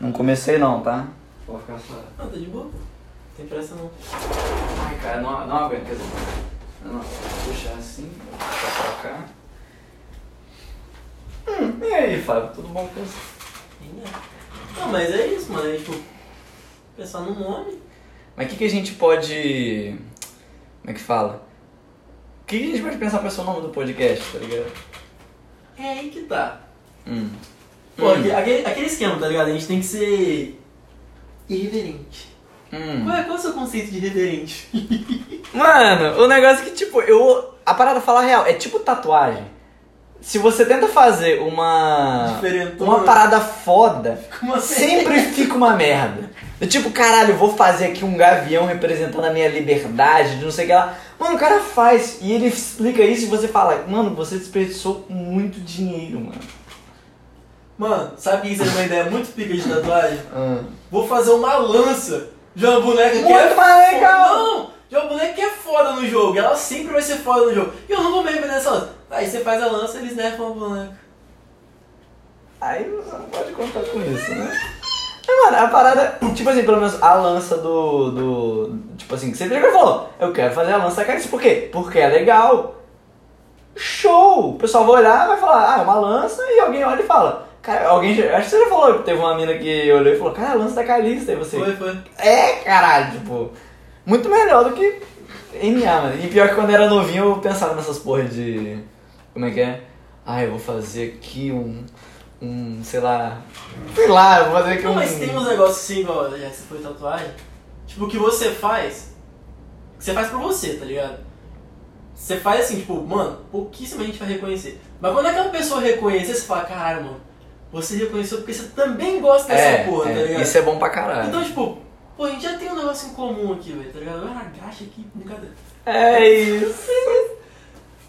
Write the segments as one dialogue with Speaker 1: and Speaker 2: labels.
Speaker 1: Não comecei não, tá?
Speaker 2: Vou ficar só.
Speaker 3: Ah, tá de boa. pô. Não tem pressa não.
Speaker 2: Ai, cara, não, não aguento. Quer dizer, eu não, vou puxar assim, vou puxar pra cá. Hum, e aí, Fábio, tudo bom com você?
Speaker 3: Ainda. Não, mas é isso, mano. É tipo, pensar num homem.
Speaker 2: Mas o que, que a gente pode. Como é que fala? O que, que a gente pode pensar pra ser o nome do podcast, tá ligado?
Speaker 3: É aí que tá.
Speaker 2: Hum.
Speaker 3: Pô,
Speaker 2: Hum.
Speaker 3: aque- aquele, aquele esquema, tá ligado? A gente tem que ser irreverente.
Speaker 2: Hum.
Speaker 3: Qual, é, qual é o seu conceito de irreverente?
Speaker 2: Mano, o negócio é que, tipo, eu. A parada fala real, é tipo tatuagem. Se você tenta fazer uma.
Speaker 3: Diferentona.
Speaker 2: Uma parada foda,
Speaker 3: Como assim?
Speaker 2: sempre fica uma merda. Eu, tipo, caralho, eu vou fazer aqui um gavião representando a minha liberdade, de não sei o que lá. Mano, o cara faz e ele explica isso e você fala, mano, você desperdiçou muito dinheiro, mano.
Speaker 3: Mano, sabe que isso é uma ideia muito pica de tatuagem? Vou fazer uma lança de uma boneca que
Speaker 2: Muito
Speaker 3: é
Speaker 2: mais
Speaker 3: fo-
Speaker 2: legal!
Speaker 3: Não! De uma boneca que é foda no jogo. Ela sempre vai ser foda no jogo. E eu não vou me arrepender dessa lança. Aí você faz a lança e eles nerfam a boneca.
Speaker 2: Aí você não pode contar com isso, né? Mas, mano, a parada, tipo assim, pelo menos a lança do. do tipo assim, que você chegou e falou, eu quero fazer a lança Calyx, por quê? Porque é legal. Show! O pessoal vai olhar, vai falar, ah, é uma lança, e alguém olha e fala. Cara, alguém. já- Acho que você já falou, teve uma mina que olhou e falou, cara, a lança tá da Calista, aí você.
Speaker 3: Foi, foi.
Speaker 2: É, caralho, tipo. Muito melhor do que NA, mano. E pior que quando eu era novinho eu pensava nessas porra de. Como é que é? Ah, eu vou fazer aqui um. Um, sei lá. Sei lá, eu vou fazer aqui
Speaker 3: Não,
Speaker 2: um.
Speaker 3: mas tem uns negócios assim, igual já que você foi tatuagem. Tipo, que você faz. Que você faz pra você, tá ligado? Você faz assim, tipo, mano, pouquíssima gente vai reconhecer. Mas quando aquela pessoa reconhecer, você fala, caralho, mano, você reconheceu porque você também gosta dessa
Speaker 2: é,
Speaker 3: porra,
Speaker 2: é,
Speaker 3: tá ligado?
Speaker 2: Isso é bom pra caralho.
Speaker 3: Então, tipo, pô, a gente já tem um negócio em comum aqui, velho, tá ligado? Ah, agacha aqui, brincadeira.
Speaker 2: É isso.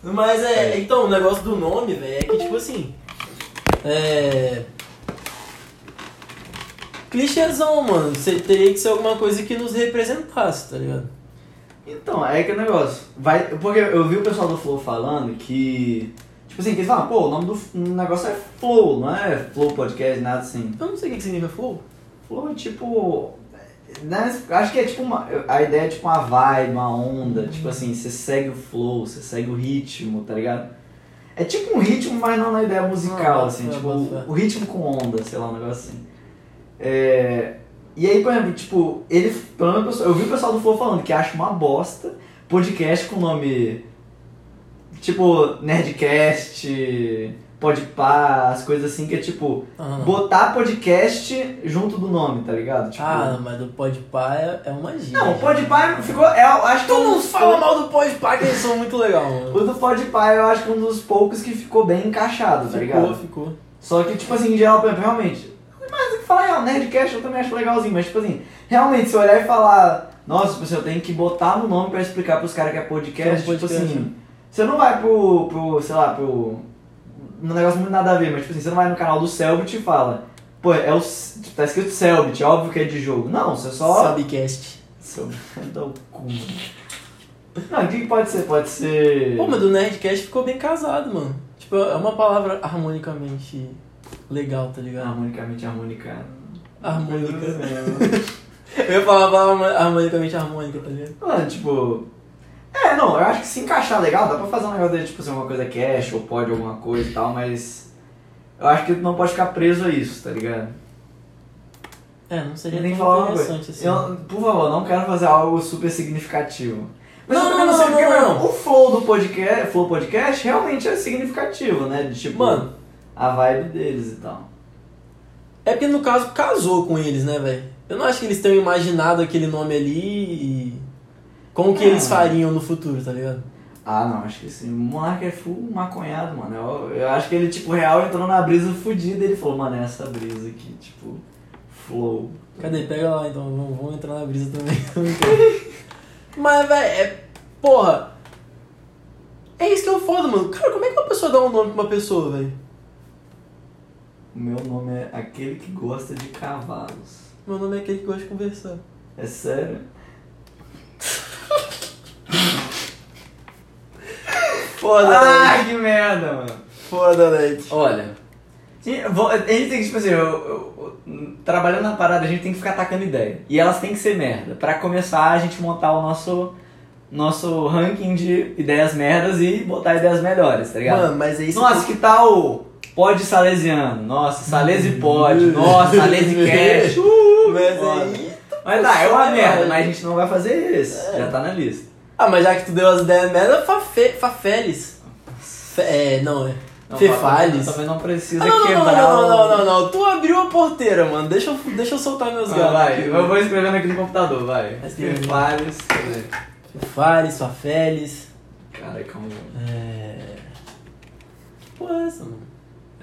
Speaker 3: Mas é,
Speaker 2: É.
Speaker 3: então, o negócio do nome, velho, é que, tipo assim. É. Clichêzão, mano. Você teria que ser alguma coisa que nos representasse, tá ligado?
Speaker 1: Então, é que o negócio. Vai, porque eu vi o pessoal do Flow falando que. Tipo assim, que eles falam, pô, o nome do f- negócio é Flow, não é Flow Podcast, nada assim.
Speaker 3: Eu não sei o que que significa flow.
Speaker 1: Flow é tipo. né, acho que é tipo uma. A ideia é tipo uma vibe, uma onda.
Speaker 3: Uhum.
Speaker 1: Tipo assim, você segue o flow, você segue o ritmo, tá ligado? É tipo um ritmo, mas não na ideia musical,
Speaker 3: Ah,
Speaker 1: assim,
Speaker 3: é,
Speaker 1: tipo,
Speaker 3: boto fé.
Speaker 1: o ritmo com onda, sei lá, um negócio assim. É, E aí, por exemplo, tipo, ele. Pelo menos o pessoal- eu vi o pessoal do Flow falando que acha uma bosta podcast com nome. Tipo, Nerdcast, Podpah, as coisas assim que é tipo.
Speaker 3: Ah,
Speaker 1: Botar podcast junto do nome, tá ligado? Tipo,
Speaker 3: Ah, mas do podpah é, é uma gíria.
Speaker 1: não, o Podpah ficou. É, eu acho que
Speaker 3: Todo
Speaker 1: um
Speaker 3: mundo
Speaker 1: dos
Speaker 3: fala
Speaker 1: pou-
Speaker 3: mal do podpah, que eles são muito legal, mano.
Speaker 1: O do Podpah eu acho que é um dos poucos que ficou bem encaixado, tá ligado?
Speaker 3: Ficou, ficou.
Speaker 1: Só que, tipo assim, em geral, por exemplo, realmente. Mas tem que falar, é, o Nerdcast eu também acho legalzinho, mas, tipo assim, realmente, se eu olhar e falar, nossa, tipo assim, eu tenho que botar no nome pra explicar pros caras que é podcast,
Speaker 3: Que é um
Speaker 1: tipo
Speaker 3: podcast,
Speaker 1: assim. Você não vai pro, pro, sei lá, pro. Um negócio muito nada a ver, mas, tipo assim, você não vai no canal do Selbit e fala, pô, é o. Tá escrito Selbit, é óbvio que é de jogo. Não, você só.
Speaker 3: Subcast.
Speaker 1: Seu dá o cu. mano. Não, o que que pode ser? Pode ser.
Speaker 3: Pô, mas do Nerdcast ficou bem casado, mano. Tipo, é uma palavra harmonicamente legal, tá ligado?
Speaker 1: Harmonicamente harmonicado.
Speaker 3: Harmônica.
Speaker 1: Ah.
Speaker 3: Eu ia falar a palavra harmonicamente harmônica, tá ligado?
Speaker 1: Mano, tipo. É, não, eu acho que se encaixar legal, dá pra fazer um negócio dele, tipo, assim, alguma coisa cash ou pode alguma coisa e tal, mas. Eu acho que não pode ficar preso a isso, tá ligado?
Speaker 3: É, não seria
Speaker 1: Eu
Speaker 3: tão
Speaker 1: nem falar uma
Speaker 3: interessante
Speaker 1: coisa.
Speaker 3: assim.
Speaker 1: Eu, por favor, não quero fazer algo super significativo. Mas
Speaker 3: Não,
Speaker 1: eu também
Speaker 3: não,
Speaker 1: não sei
Speaker 3: não,
Speaker 1: porque,
Speaker 3: não,
Speaker 1: mano,
Speaker 3: não.
Speaker 1: o flow do podcast, flow podcast realmente é significativo, né? De, tipo,
Speaker 3: Mano,
Speaker 1: a vibe deles e tal.
Speaker 3: é porque no caso casou com eles, né, velho? Eu não acho que eles tenham imaginado aquele nome ali e. Como que
Speaker 1: É.
Speaker 3: eles fariam no futuro, tá ligado?
Speaker 1: Ah, não, acho que esse monarca é full maconhado, mano. Eu, eu acho que ele, tipo, real entrou na brisa fudida e ele falou, mano, é essa brisa aqui, tipo, flow.
Speaker 3: Cadê? Pega lá então, vamos, vamos entrar na brisa também. Mas, velho, é. Porra! É isso que eu foda, mano. Cara, como é que uma pessoa dá um nome pra uma pessoa, velho?
Speaker 1: O meu nome é aquele que gosta de cavalos.
Speaker 3: Meu nome é aquele que gosta de conversar.
Speaker 1: É sério?
Speaker 3: Foda,
Speaker 1: Ai, Ah, que merda, mano.
Speaker 3: Foda, leite.
Speaker 1: Olha. A gente tem que, tipo assim, eu, eu- eu- trabalhando na parada, a gente tem que ficar atacando ideia. E elas têm que ser merda. Pra começar, a gente montar o nosso, nosso ranking de ideias merdas e botar ideias melhores, tá ligado?
Speaker 3: Mano, mas é isso.
Speaker 1: Nossa, que tal pode salesiano? Nossa, salese
Speaker 3: Uhum.
Speaker 1: pode. Nossa, salese cash. Uh,
Speaker 3: Mas é
Speaker 1: foda.
Speaker 3: aí.
Speaker 1: Mas tá, é
Speaker 3: Uhum.
Speaker 1: uma merda, mas a gente não vai fazer isso.
Speaker 3: É.
Speaker 1: Já tá na lista.
Speaker 3: Ah, mas já que tu deu as ideias merda, fafe... Fafeles. Fe... É, não, é.
Speaker 1: Não, tá,
Speaker 3: Fefales.
Speaker 1: Também não precisa
Speaker 3: Ah, não, não, não,
Speaker 1: quebrar
Speaker 3: não,
Speaker 1: o-
Speaker 3: não, não, não, Tu abriu a porteira, mano. Deixa eu, deixa eu soltar meus
Speaker 1: Vai,
Speaker 3: galos.
Speaker 1: Ah, vai,
Speaker 3: aqui,
Speaker 1: eu
Speaker 3: mano.
Speaker 1: vou escrevendo aqui no computador, vai.
Speaker 3: Mas tem- um-
Speaker 1: Vários.
Speaker 3: Fefales, Fafeles.
Speaker 1: Cara, calma.
Speaker 3: É. Que porra é essa, mano?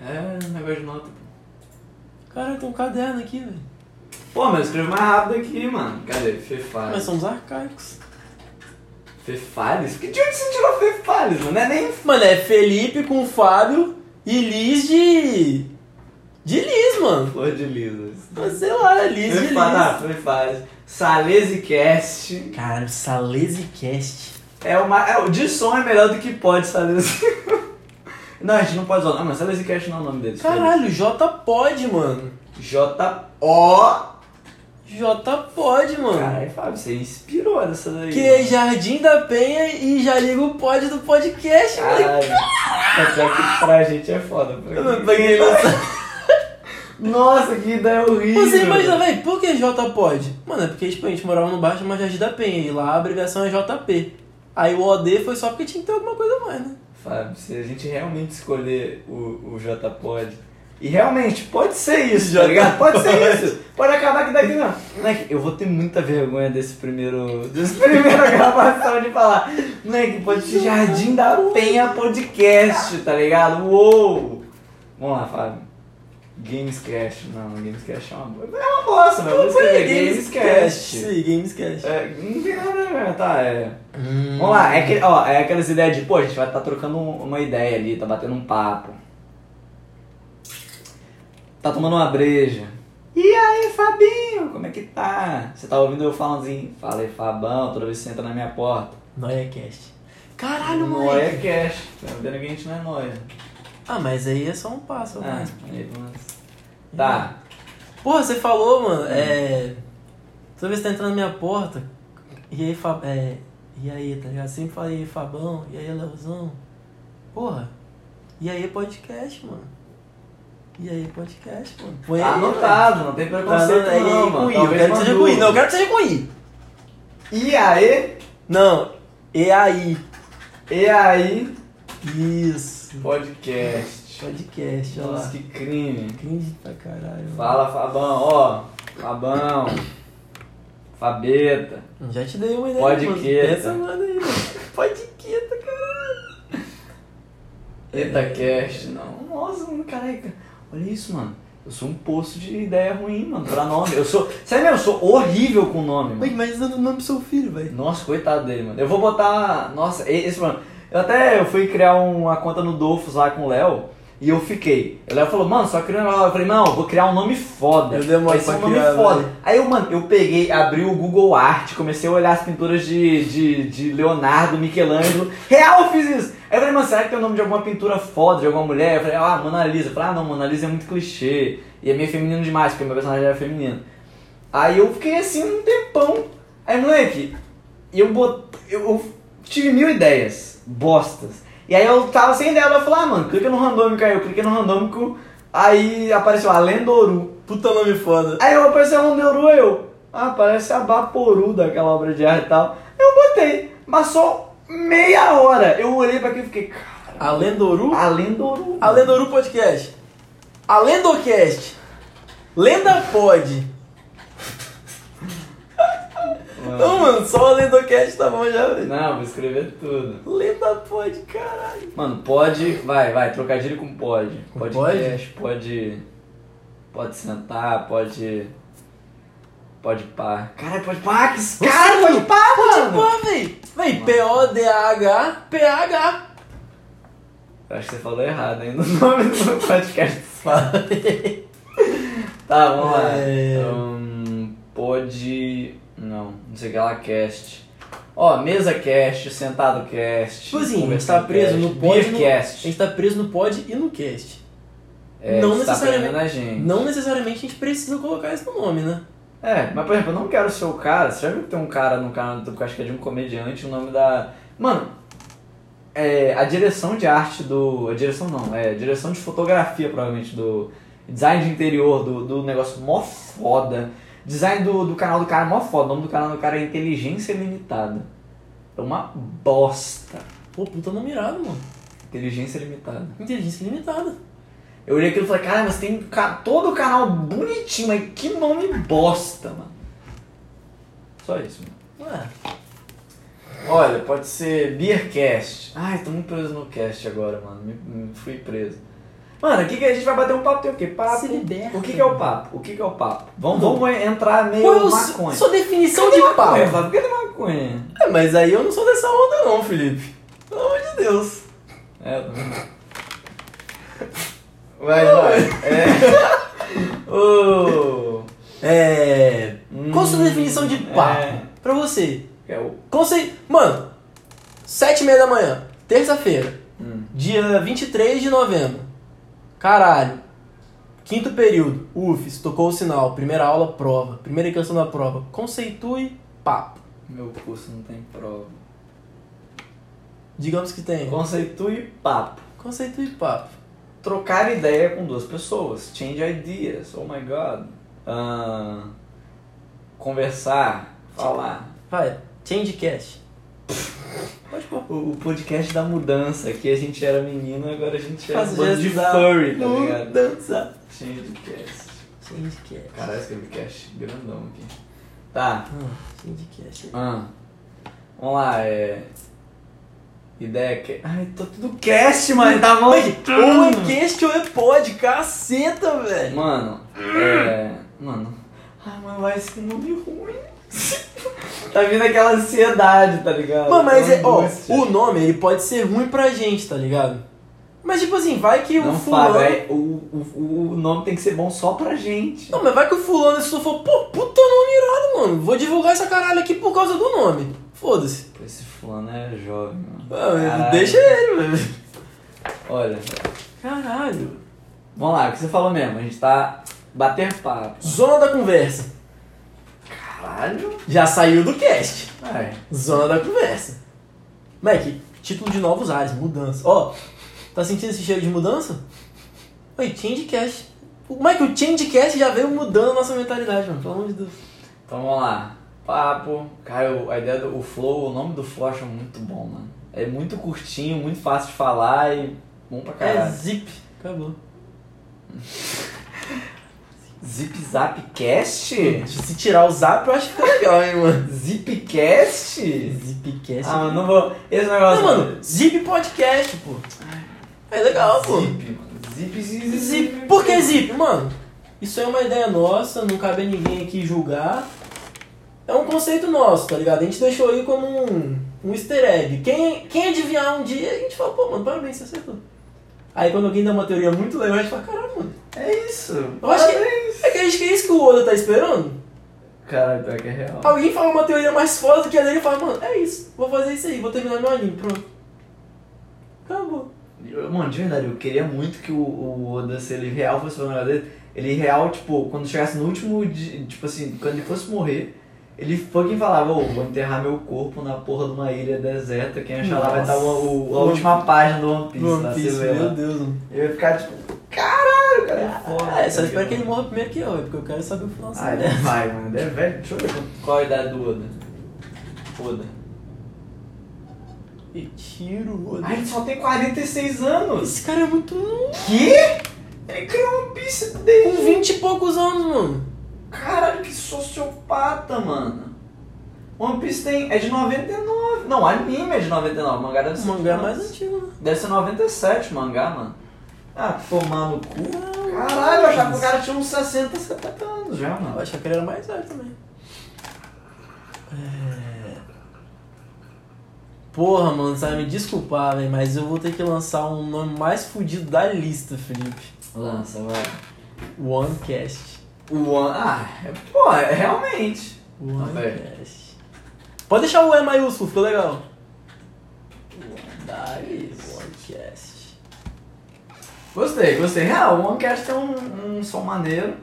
Speaker 1: É um negócio de nota.
Speaker 3: Cara, tem um caderno aqui, velho.
Speaker 1: Pô, mas eu escrevo mais rápido aqui, mano. Cadê? Fefales.
Speaker 3: Mas são os arcaicos.
Speaker 1: Fefales? Que de onde você tirou Fefales, mano? Não é nem.
Speaker 3: Mano, é Felipe com Fábio e Liz de. De Liz, mano.
Speaker 1: Flor de Lisas.
Speaker 3: Mas sei lá,
Speaker 1: é
Speaker 3: Liz de Liz.
Speaker 1: Fefales, Fefales. Salesicast.
Speaker 3: Caralho, Salesicast.
Speaker 1: É uma, é, o de som é melhor do que pode, Salesi. não, a gente não pode usar. Ah, mas Salesicast não é o nome deles.
Speaker 3: Caralho, J pode, mano.
Speaker 1: J-O.
Speaker 3: J pode, mano.
Speaker 1: Caralho, Fábio, você é inspirou nessa daí.
Speaker 3: Que
Speaker 1: mano.
Speaker 3: é Jardim da Penha e já liga o pod do podcast, mano.
Speaker 1: Caralho. Até que pra gente é foda. pra
Speaker 3: Eu não
Speaker 1: quem-
Speaker 3: peguei noção.
Speaker 1: Nossa, que ideia horrível.
Speaker 3: Você imagina, velho, por que J pode? Mano, é porque tipo, a gente morava no baixo, mas Jardim da Penha. E lá a abreviação é JP. Aí o OD foi só porque tinha que ter alguma coisa a mais, né?
Speaker 1: Fábio, se a gente realmente escolher o, o J-Pod, e realmente pode ser isso, tá ligado? Pode ser isso. Pode acabar que daqui não. Moleque, eu vou ter muita vergonha desse primeiro. desse primeira gravação de falar. Moleque, pode ser Jardim da Penha Podcast, tá ligado? Uou! Vamos lá, Fábio. Gamescast, não, Gamescast é uma boa. É uma bosta, meu. Eu vou escrever Gamescast.
Speaker 3: Sim, Gamescast.
Speaker 1: É, não tem nada a ver, tá? É.
Speaker 3: Hum,
Speaker 1: Vamos lá, é, aquele, ó, é aquelas ideias de, pô, a gente vai estar trocando um- uma ideia ali, tá batendo um papo. Tá tomando uma breja. E aí, Fabinho, como é que tá? Você tá ouvindo eu falando assim, fala aí, Fabão, toda vez que você entra na minha porta.
Speaker 3: NoiaCast. Caralho, mano.
Speaker 1: Noia cash, tá vendo que a gente não é noia.
Speaker 3: Ah, mas aí é só um passo.
Speaker 1: Ah,
Speaker 3: né?
Speaker 1: aí, mas... Tá,
Speaker 3: Porra, você falou,
Speaker 1: Hum.
Speaker 3: mano, é. Toda vez que tá entrando na minha porta, e aí, Fa- é, e aí, tá ligado? Sempre falei Fabão, e aí, Leozão. Porra, e aí, podcast, mano. E aí, podcast, mano. Põe
Speaker 1: tá
Speaker 3: aí,
Speaker 1: anotado, não tem
Speaker 3: mano. é. Tá anotado
Speaker 1: preconceito
Speaker 3: aí,
Speaker 1: não,
Speaker 3: com
Speaker 1: mano.
Speaker 3: I. Eu
Speaker 1: Talvez
Speaker 3: quero que seja com I.
Speaker 1: mandou.
Speaker 3: Não, eu quero que seja com I.
Speaker 1: E aí,
Speaker 3: Não, e aí.
Speaker 1: e aí,
Speaker 3: Isso.
Speaker 1: podcast.
Speaker 3: Podcast, ó
Speaker 1: Nossa,
Speaker 3: lá.
Speaker 1: que crime.
Speaker 3: Cringe pra caralho. mano.
Speaker 1: Fala, Fabão, ó. Fabão. Fabeta.
Speaker 3: Já te dei uma ideia,
Speaker 1: Pode
Speaker 3: mano.
Speaker 1: quieta.
Speaker 3: Pensa, mano, aí, mano. Pode quieta, caralho.
Speaker 1: EtaCast, não. Nossa, mano, caraca. Olha isso, mano. Eu sou um poço de ideia ruim, mano, pra nome. Eu sou. Sério mesmo, eu sou horrível com nome,
Speaker 3: Ué,
Speaker 1: mano.
Speaker 3: mas dando nome pro seu filho, velho.
Speaker 1: Nossa, coitado dele, mano. Eu vou botar. Nossa, e- esse, mano. Eu até eu fui criar um, uma conta no Dolphus lá com o Léo. E eu fiquei. O Léo falou, mano, só cria um Eu falei, não, eu vou criar um nome foda.
Speaker 3: Eu
Speaker 1: Vai
Speaker 3: demorei
Speaker 1: ser um
Speaker 3: pra
Speaker 1: nome
Speaker 3: criar, né?
Speaker 1: foda.
Speaker 3: velho.
Speaker 1: Aí eu, mano, eu peguei, abri o Google Art, comecei a olhar as pinturas de, de, de Leonardo, Michelangelo. Real eu fiz isso! Aí eu falei, mano, será que tem o nome de alguma pintura foda, de alguma mulher? Eu falei, ah, Mona Lisa. Eu falei, ah, não, Mona Lisa é muito clichê. E é meio feminino demais, porque meu personagem era feminino. Aí eu fiquei assim um tempão. Aí, moleque, eu, bot... eu, eu tive mil ideias, bostas. E aí eu tava sem ideia, ela falou, ah, mano, clica no randômico aí. Eu cliquei no randômico, aí apareceu a Lendoru.
Speaker 3: Puta nome foda.
Speaker 1: Aí eu apareceu a Rondeuru, eu. Ah, parece a Vaporu daquela obra de arte e tal. Eu botei, mas só meia hora. Eu olhei pra aqui e fiquei, cara.
Speaker 3: Alendoru?
Speaker 1: A Lendoru. mano.
Speaker 3: Alendoru Podcast. Alendocast. Lenda Pod. Não, mano, só o Alendocast tá bom já, velho.
Speaker 1: Não, vou escrever tudo.
Speaker 3: Lenda Pod, caralho.
Speaker 1: Mano, pode. Vai, vai, trocadilho com pode.
Speaker 3: Com
Speaker 1: Podcast, pode. Pode sentar, pode. Pode par. Caralho, pode par, que cara, pode par, mano.
Speaker 3: Pô, véi. Véi, P-O-D-A-H, P-H.
Speaker 1: Eu acho que você falou errado ainda o nome do podcast. Tá, vamos lá.
Speaker 3: É.
Speaker 1: Hum, pode. Não, não sei o que lá, cast. Ó, mesa cast, sentado cast.
Speaker 3: Tipo assim, a gente
Speaker 1: conversando
Speaker 3: tá preso
Speaker 1: cast,
Speaker 3: no pod. e
Speaker 1: beer
Speaker 3: no- A
Speaker 1: cast.
Speaker 3: gente tá preso no pod e no cast.
Speaker 1: é,
Speaker 3: Não
Speaker 1: está
Speaker 3: necessariamente.
Speaker 1: apanhando na gente.
Speaker 3: Não necessariamente a gente precisa colocar isso no nome, né?
Speaker 1: É, mas por exemplo, eu não quero ser o cara. Você já viu que tem um cara no canal do YouTube que eu acho que é de um comediante, o nome da. Mano, é, a direção de arte do. A direção não, é a direção de fotografia, provavelmente, do. Design de interior do, do negócio mó foda. Design do, do canal do cara mó foda. O nome do canal do cara é Inteligência Limitada. É uma bosta.
Speaker 3: Pô, puta nome irado, mano.
Speaker 1: Inteligência Limitada.
Speaker 3: Inteligência limitada.
Speaker 1: Eu olhei aquilo e falei, caramba, você tem um ca- todo o canal bonitinho, mas que nome bosta, mano. Só isso, mano.
Speaker 3: Ué,
Speaker 1: Olha, pode ser Beercast. Ai, tô muito preso no cast agora, mano. Me, me fui preso. Mano, o que, que a gente vai bater um papo? Tem o quê? Papo.
Speaker 3: se liberta.
Speaker 1: O que, que é o papo? O que, que é o papo? Vamos, vamos entrar meio
Speaker 3: Qual é o su-
Speaker 1: maconha.
Speaker 3: sua definição de
Speaker 1: Maconha,
Speaker 3: papo?
Speaker 1: Flávio, por que tem maconha?
Speaker 3: É, mas aí eu não sou dessa onda não, Felipe. Pelo amor de Deus.
Speaker 1: É, eu também. Vai, vai. É. Ô.
Speaker 3: É... Qual a sua
Speaker 1: Hum,
Speaker 3: definição de papo?
Speaker 1: é.
Speaker 3: Pra você.
Speaker 1: É o.
Speaker 3: Conce... Mano, sete e meia da manhã, terça-feira,
Speaker 1: Hum.
Speaker 3: dia 23 de novembro. Caralho. Quinto período, UFES, tocou o sinal, primeira aula, prova, primeira questão da prova, conceitue papo.
Speaker 1: Meu curso não tem prova.
Speaker 3: Digamos que tem.
Speaker 1: Conceitue papo.
Speaker 3: Conceitue papo.
Speaker 1: trocar ideia com duas pessoas, change ideas, oh my god, Ahn, conversar, falar.
Speaker 3: Vai, change cast. Pode pôr.
Speaker 1: O, o podcast da mudança, que a gente era menino, agora a gente é um
Speaker 3: Faz Hum.
Speaker 1: bando
Speaker 3: gesto
Speaker 1: de
Speaker 3: da
Speaker 1: furry, tá ligado?
Speaker 3: Mudança.
Speaker 1: Change cast.
Speaker 3: Change cast.
Speaker 1: Caralho, escrevi cast grandão aqui. Tá,
Speaker 3: Ah, change cast.
Speaker 1: ahn, vamos lá, é... Ideia que... Ai, tô tudo cast, mano, tá bom? Um,
Speaker 3: Ou é cast ou é pod, caceta, velho.
Speaker 1: Mano, é. Mano. Ai, mano, vai esse nome ruim. tá vindo aquela ansiedade, tá ligado?
Speaker 3: Mano, mas é, ó,
Speaker 1: Angústia.
Speaker 3: o nome ele pode ser ruim pra gente, tá ligado? Mas tipo assim, vai que o
Speaker 1: Não
Speaker 3: fulano.
Speaker 1: fala, é, o, o, o nome tem que ser bom só pra gente.
Speaker 3: Não, mas vai que o fulano surfou, pô, puta nome irado, mano. Vou divulgar essa caralho aqui por causa do nome. Foda-se.
Speaker 1: Pô, Esse fulano é jovem, mano.
Speaker 3: Ah,
Speaker 1: Caralho.
Speaker 3: Deixa ele, velho.
Speaker 1: Olha,
Speaker 3: Caralho.
Speaker 1: vamos lá, o que você falou mesmo? A gente tá bater papo.
Speaker 3: Zona da conversa.
Speaker 1: Caralho?
Speaker 3: Já saiu do cast.
Speaker 1: Ai,
Speaker 3: Zona da conversa. Mac, título de novos ares, mudança. Ó, tá sentindo esse cheiro de mudança? Oi, change cast. O Mike, o change cast já veio mudando a nossa mentalidade, mano. Pelo amor de Deus.
Speaker 1: então vamos lá. Papo. Cara, eu- a ideia do o flow, o nome do flow eu acho muito bom, mano. É muito curtinho, muito fácil de falar e bom pra
Speaker 3: É
Speaker 1: caralho.
Speaker 3: zip. Acabou.
Speaker 1: Zip Zap Cast?
Speaker 3: Se tirar o zap, eu acho que fica legal, hein, mano.
Speaker 1: Zipcast?
Speaker 3: Zipcast.
Speaker 1: Ah, mano, não vou. Esse negócio.
Speaker 3: Não, mano, zip podcast, pô. É legal, pô.
Speaker 1: Zip, mano. Zip, zip, zip.
Speaker 3: Zip. Por que zip, mano? Isso é uma ideia nossa, não cabe a ninguém aqui julgar. É um conceito nosso, tá ligado? A gente deixou aí como um, um easter egg. Quem, quem adivinhar um dia, a gente fala, pô, mano, parabéns, você acertou. Aí quando alguém dá uma teoria muito legal, a gente fala, caralho, mano.
Speaker 1: É isso.
Speaker 3: Eu acho que-
Speaker 1: Parabéns.
Speaker 3: É que acho que é isso que o Oda tá esperando.
Speaker 1: Caralho, pior que é real.
Speaker 3: Alguém fala uma teoria mais foda do que a dele e fala, mano, é isso, vou fazer isso aí, vou terminar meu anime, pronto. Acabou.
Speaker 1: Eu- Mano, de verdade, eu queria muito que o, o Oda, se ele real fosse o negócio dele, ele real, tipo, quando chegasse no último dia, tipo assim, quando ele fosse morrer, ele fucking falava, ô, vou enterrar meu corpo na porra de uma ilha deserta, quem achar lá vai estar o, o- a
Speaker 3: Nossa.
Speaker 1: última página do One Piece, tá
Speaker 3: One
Speaker 1: lá,
Speaker 3: Piece,
Speaker 1: você vê
Speaker 3: meu
Speaker 1: lá.
Speaker 3: Deus, mano.
Speaker 1: Eu ia ficar tipo, caralho, cara, é foda.
Speaker 3: Ah, é, só
Speaker 1: tá
Speaker 3: espero
Speaker 1: ligado?
Speaker 3: que ele morra primeiro que eu, é porque eu quero saber o final assim,
Speaker 1: Ah, ele
Speaker 3: né?
Speaker 1: vai, mano. Ele é velho. Deixa eu ver qual- qual a idade do Oda. Oda.
Speaker 3: E tiro, Oda.
Speaker 1: Ah, ele só tem 46 anos.
Speaker 3: Esse cara é muito. novo.
Speaker 1: Que? Ele criou um pizza
Speaker 3: Com
Speaker 1: dele.
Speaker 3: 20 e poucos anos, mano.
Speaker 1: Caralho, que sociopata, mano. One Piece tem. É de 99. Não, anime é de 99. Mangá deve
Speaker 3: O
Speaker 1: ser.
Speaker 3: mangá é mais antigo, né?
Speaker 1: Deve ser 97 mangá, mano. Ah, tomar no cu. Caralho, eu achava que o cara tinha uns 60, 70 anos já,
Speaker 3: Eu
Speaker 1: mano.
Speaker 3: achava que ele era mais velho também. É... Porra, mano, sabe, me desculpar, velho, mas eu vou ter que lançar um nome mais fudido da lista, Felipe.
Speaker 1: Lança, vai.
Speaker 3: OneCast.
Speaker 1: O One. Ah, é- pô, é realmente. velho.
Speaker 3: OneCast. Pode deixar o E maiúsculo, ficou legal.
Speaker 1: Tá
Speaker 3: OneCast.
Speaker 1: Gostei, gostei. Real, o OneCast é um, um som maneiro.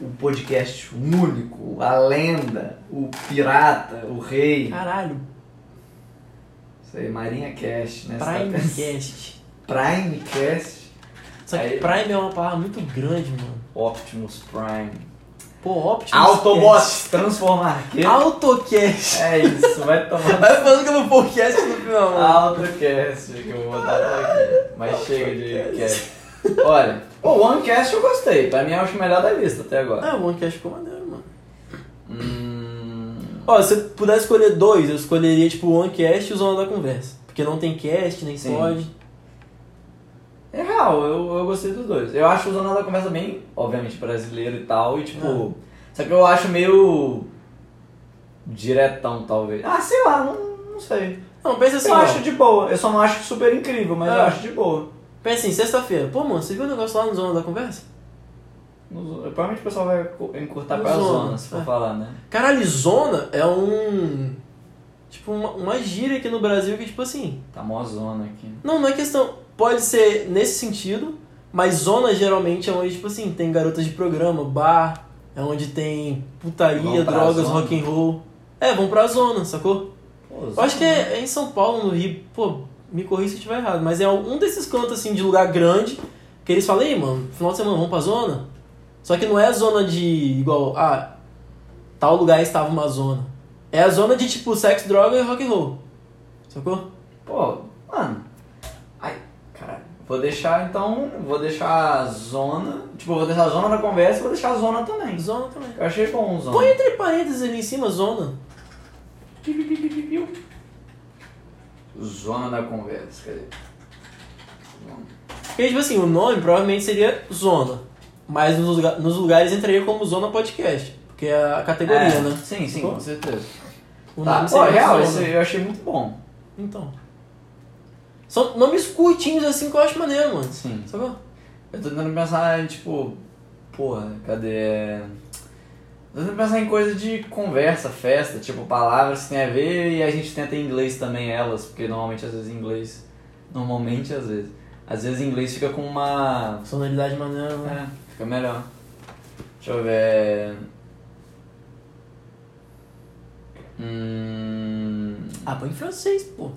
Speaker 1: O podcast único, a lenda, o pirata, o rei.
Speaker 3: Caralho,
Speaker 1: Isso aí, Marinha Cast, né?
Speaker 3: Primecast.
Speaker 1: Primecast.
Speaker 3: Só que
Speaker 1: Aí-
Speaker 3: Prime é uma palavra muito grande, mano.
Speaker 1: Optimus Prime.
Speaker 3: Pô, Optimus.
Speaker 1: Autobots, transformar arqueiro.
Speaker 3: Autocast.
Speaker 1: É isso, vai tomar
Speaker 3: Vai falando que eu não podcast no final, mano.
Speaker 1: AutoCast que eu vou botar aqui. Mas chega de cast. Olha, o OneCast eu gostei. Pra mim, acho o melhor da lista até agora.
Speaker 3: Ah, o OneCast ficou maneiro, mano.
Speaker 1: Hum,
Speaker 3: Ó, se eu pudesse escolher dois, eu escolheria, tipo, o OneCast e o Zona da Conversa. Porque não tem cast, nem
Speaker 1: Sim.
Speaker 3: pode.
Speaker 1: é real, eu, eu gostei dos dois. Eu acho o Zona da Conversa bem, obviamente, brasileiro e tal. E tipo. Só que eu acho meio. diretão, talvez. Ah, sei lá, não, não sei.
Speaker 3: Não, pensa assim,
Speaker 1: Eu
Speaker 3: ó.
Speaker 1: acho de boa. Eu só não acho super incrível, mas
Speaker 3: É.
Speaker 1: eu acho de boa.
Speaker 3: Pensa assim, sexta-feira. Pô, mano, você viu o negócio lá no Zona da Conversa?
Speaker 1: No- provavelmente o pessoal vai co- encurtar
Speaker 3: No
Speaker 1: pra
Speaker 3: Zona,
Speaker 1: zona, se for
Speaker 3: é.
Speaker 1: falar, né?
Speaker 3: Caralho, Zona é um... Tipo, uma, uma gíria aqui no Brasil que, tipo assim...
Speaker 1: Tá mó zona aqui.
Speaker 3: Não, não é questão... Pode ser nesse sentido, mas Zona geralmente é onde, tipo assim, tem garotas de programa, bar... É onde tem putaria,
Speaker 1: Vão pra
Speaker 3: drogas,
Speaker 1: zona.
Speaker 3: rock and roll. É, vão pra Zona, sacou?
Speaker 1: Pô,
Speaker 3: Eu acho que é, é em São Paulo, no Rio, pô, me corri se eu estiver errado, mas é um desses cantos assim de lugar grande que eles falam, ei, mano, final de semana vamos pra zona. Só que não é a zona de igual, ah, tal lugar estava uma zona. É a zona de tipo sexo, droga e rock and roll. Sacou?
Speaker 1: Pô, mano. Ai, caralho. Vou deixar então. Vou deixar a zona. Tipo, vou deixar a zona na conversa e vou deixar a zona também.
Speaker 3: Zona também.
Speaker 1: Eu achei bom zona.
Speaker 3: Põe entre parênteses ali em cima, zona.
Speaker 1: Zona da conversa, cadê? Zona.
Speaker 3: Porque, tipo assim, o nome provavelmente seria zona. Mas nos, lugar- nos lugares entraria como zona podcast. Porque é a categoria,
Speaker 1: É,
Speaker 3: né?
Speaker 1: Sim, sim,
Speaker 3: Pô.
Speaker 1: com certeza.
Speaker 3: O
Speaker 1: Tá,
Speaker 3: nome
Speaker 1: pô,
Speaker 3: seria
Speaker 1: real,
Speaker 3: zona.
Speaker 1: esse eu achei muito bom.
Speaker 3: Então. São nomes curtinhos assim que eu acho maneiro, mano.
Speaker 1: Sim.
Speaker 3: Sacou?
Speaker 1: Eu tô tentando pensar em, tipo, porra, cadê? É, Tô tentando pensar em coisa de conversa, festa, tipo, palavras que tem a ver e a gente tenta em inglês também elas, porque normalmente às vezes em inglês. Normalmente às vezes. Às vezes em inglês fica com uma.
Speaker 3: Sonoridade maneira, né?
Speaker 1: É, fica melhor. Deixa eu ver. Hum.
Speaker 3: Ah, põe em francês, pô.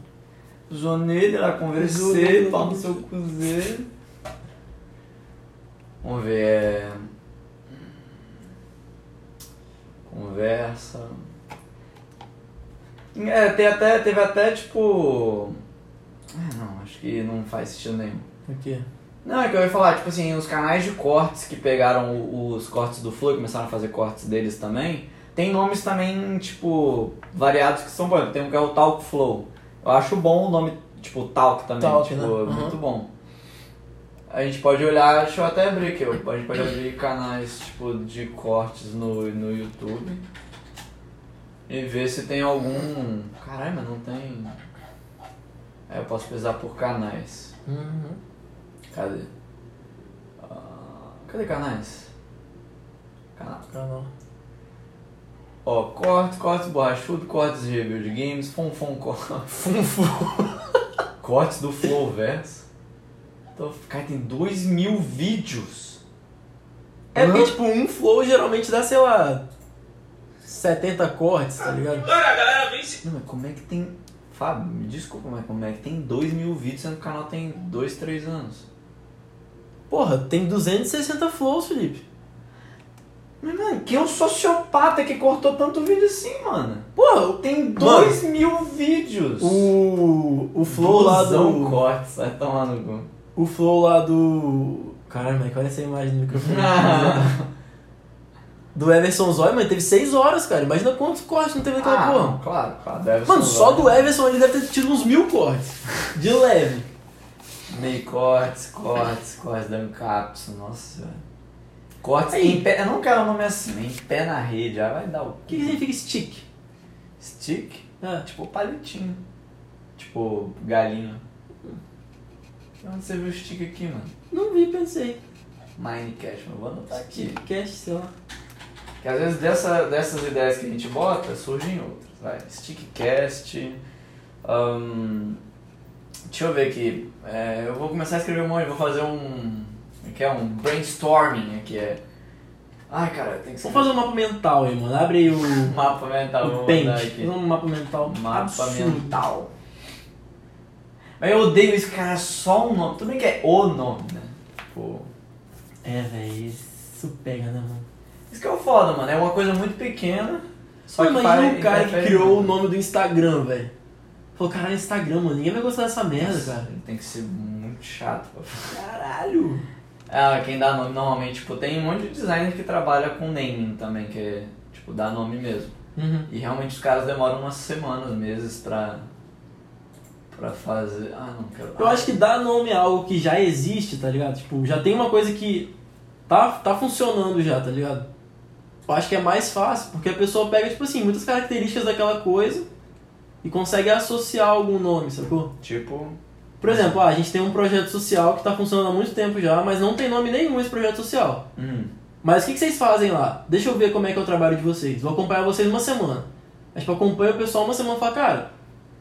Speaker 1: Joanne, ela conversei, pau no seu cozer. Vamos ver. é, Conversa. É, tem até, teve até tipo. É, não, acho que não faz sentido nenhum.
Speaker 3: O quê?
Speaker 1: Não, é que eu ia falar, tipo assim, os canais de cortes que pegaram o- os cortes do Flow e começaram a fazer cortes deles também, tem nomes também, tipo, variados que são bons. Tem um que é o Talk Flow. Eu acho bom o nome, tipo, Talk também,
Speaker 3: Talk,
Speaker 1: tipo,
Speaker 3: né?
Speaker 1: é
Speaker 3: Uhum.
Speaker 1: muito bom. A gente pode olhar, deixa eu até abrir aqui, ó. a gente pode abrir canais, tipo, de cortes no, no YouTube e ver se tem algum... Caralho, mas não tem... Aí eu posso pesar por canais.
Speaker 3: Uhum.
Speaker 1: Cadê? Ah, cadê canais? Canal.
Speaker 3: Canal.
Speaker 1: Ó, corte, cortes borrachudo, cortes de review de games, fum fum corte. cortes do Flowverse. Então, cara, tem 2 mil vídeos.
Speaker 3: É porque,
Speaker 1: Hã?
Speaker 3: tipo, um flow geralmente dá, sei lá, 70 cortes, tá ligado?
Speaker 1: Não, mas como é que tem. Fábio, me desculpa, mas como é que tem 2 mil vídeos sendo que o canal tem 2, 3 anos?
Speaker 3: Porra, tem 260 flows, Felipe.
Speaker 1: Mas, mano, que é um sociopata que cortou tanto vídeo assim, mano?
Speaker 3: Porra,
Speaker 1: Tem
Speaker 3: Mano.
Speaker 1: 2 mil vídeos!
Speaker 3: o, o flow lá
Speaker 1: Blusão
Speaker 3: do...
Speaker 1: corte, sai tomar no cu.
Speaker 3: O flow lá do... Caralho, mas olha essa imagem do microfone.
Speaker 1: Ah.
Speaker 3: do Everson Zoy, mano, teve 6 horas, cara. Imagina quantos cortes não teve naquela
Speaker 1: Ah,
Speaker 3: porra.
Speaker 1: não, claro, claro. Deve
Speaker 3: Então, Mano, só do Everson ele deve ter tido uns mil cortes. De leve.
Speaker 1: Meio cortes, cortes, cortes, dando caps, nossa velho. Cortes
Speaker 3: Aí.
Speaker 1: em pé, eu não quero um nome assim, em pé na rede, ah, vai dar o
Speaker 3: O que, que
Speaker 1: quê?
Speaker 3: significa stick?
Speaker 1: Stick?
Speaker 3: Ah,
Speaker 1: Tipo palitinho. Tipo galinha. Onde você viu o stick aqui, mano?
Speaker 3: não vi, pensei.
Speaker 1: Minecraft, mas vou anotar aqui.
Speaker 3: Stickcast, sei lá.
Speaker 1: Que às vezes dessa, dessas ideias que a gente bota, surgem outras. Vai. Stickcast. ahn, Deixa eu ver aqui. É, eu vou começar a escrever um monte, vou fazer um. Que é um brainstorming aqui. É. Ai, cara, tem que ser
Speaker 3: Vamos fazer um mapa mental aí, mano. Abre aí o,
Speaker 1: um mapa mental.
Speaker 3: o
Speaker 1: vou mandar
Speaker 3: pente.
Speaker 1: aqui.
Speaker 3: Faz um mapa mental.
Speaker 1: Mapa
Speaker 3: absurdo.
Speaker 1: mental. Mas eu odeio isso, cara. É só um nome. Tudo bem que é o nome, né? Tipo.
Speaker 3: É, velho. Isso pega, né, mano?
Speaker 1: Isso que é o foda, mano. É uma coisa muito pequena. Só
Speaker 3: Só
Speaker 1: que
Speaker 3: imagina
Speaker 1: vai-
Speaker 3: o cara que
Speaker 1: interfere
Speaker 3: criou o
Speaker 1: muito.
Speaker 3: nome do Instagram, velho. Falou, caralho, Instagram, mano. Ninguém vai gostar dessa merda, cara.
Speaker 1: Tem que ser muito chato. pra
Speaker 3: Caralho.
Speaker 1: Ah, quem dá nome normalmente, tipo, tem um monte de designer que trabalha com naming também, que é, tipo, dá nome mesmo.
Speaker 3: Uhum.
Speaker 1: E realmente os caras demoram umas semanas, meses pra. pra fazer. Ah, não quero.
Speaker 3: Eu acho que dar nome a algo que já existe, tá ligado? Tipo, já tem uma coisa que tá, tá funcionando já, tá ligado? Eu acho que é mais fácil, porque a pessoa pega, tipo assim, muitas características daquela coisa e consegue associar algum nome, sacou?
Speaker 1: Tipo.
Speaker 3: Por exemplo, ah, a gente tem um projeto social que tá funcionando há muito tempo já, mas não tem nome nenhum esse projeto social.
Speaker 1: Hum.
Speaker 3: Mas o que, que vocês fazem lá? Deixa eu ver como é que é o trabalho de vocês. Vou acompanhar vocês uma semana. Mas tipo, acompanha o pessoal uma semana e fala, cara,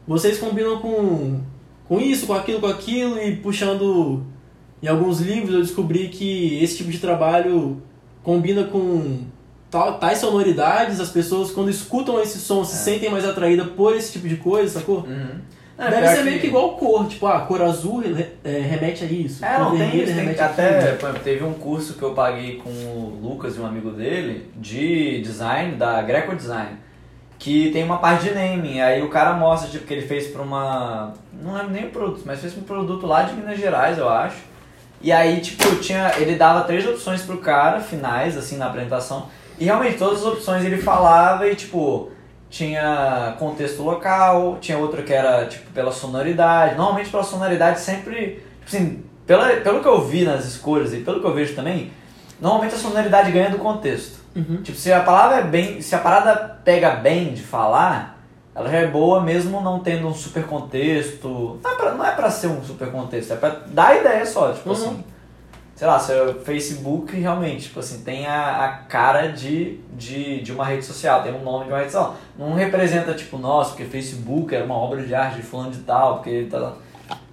Speaker 3: vocês combinam com, com isso, com aquilo, com aquilo, e puxando em alguns livros eu descobri que esse tipo de trabalho combina com tal- tais sonoridades, as pessoas quando escutam esse som se
Speaker 1: É.
Speaker 3: sentem mais atraídas por esse tipo de coisa, sacou?
Speaker 1: Uhum.
Speaker 3: Deve ser meio que igual cor, tipo, ah, cor azul re- é, remete a isso.
Speaker 1: É,
Speaker 3: cor
Speaker 1: não, tem,
Speaker 3: vermelha
Speaker 1: isso, tem
Speaker 3: remete a aquilo.
Speaker 1: até, por exemplo, teve um curso que eu paguei com o Lucas e um amigo dele de design, da Greco Design, que tem uma parte de naming, aí o cara mostra, tipo, que ele fez pra uma, não lembro nem o produto, mas fez pra um produto lá de Minas Gerais, eu acho, e aí, tipo, tinha, ele dava três opções pro cara, finais, assim, na apresentação, e realmente todas as opções ele falava e, tipo, tinha contexto local, tinha outra que era, tipo, pela sonoridade, normalmente pela sonoridade sempre, tipo assim, pela, pelo que eu vi nas escolhas e pelo que eu vejo também, normalmente a sonoridade ganha do contexto.
Speaker 3: Uhum.
Speaker 1: Tipo, se a palavra é bem. Se a parada pega bem de falar, ela já é boa mesmo não tendo um super contexto. Não é pra, não é pra ser um super contexto, é pra dar ideia só, tipo
Speaker 3: Uhum.
Speaker 1: assim. Sei lá, seu Facebook realmente, tipo assim, tem a, a cara de, de, de uma rede social, tem um nome de uma rede social. Não representa, tipo, nossa, porque Facebook era uma obra de arte de fulano de tal, porque ele tá.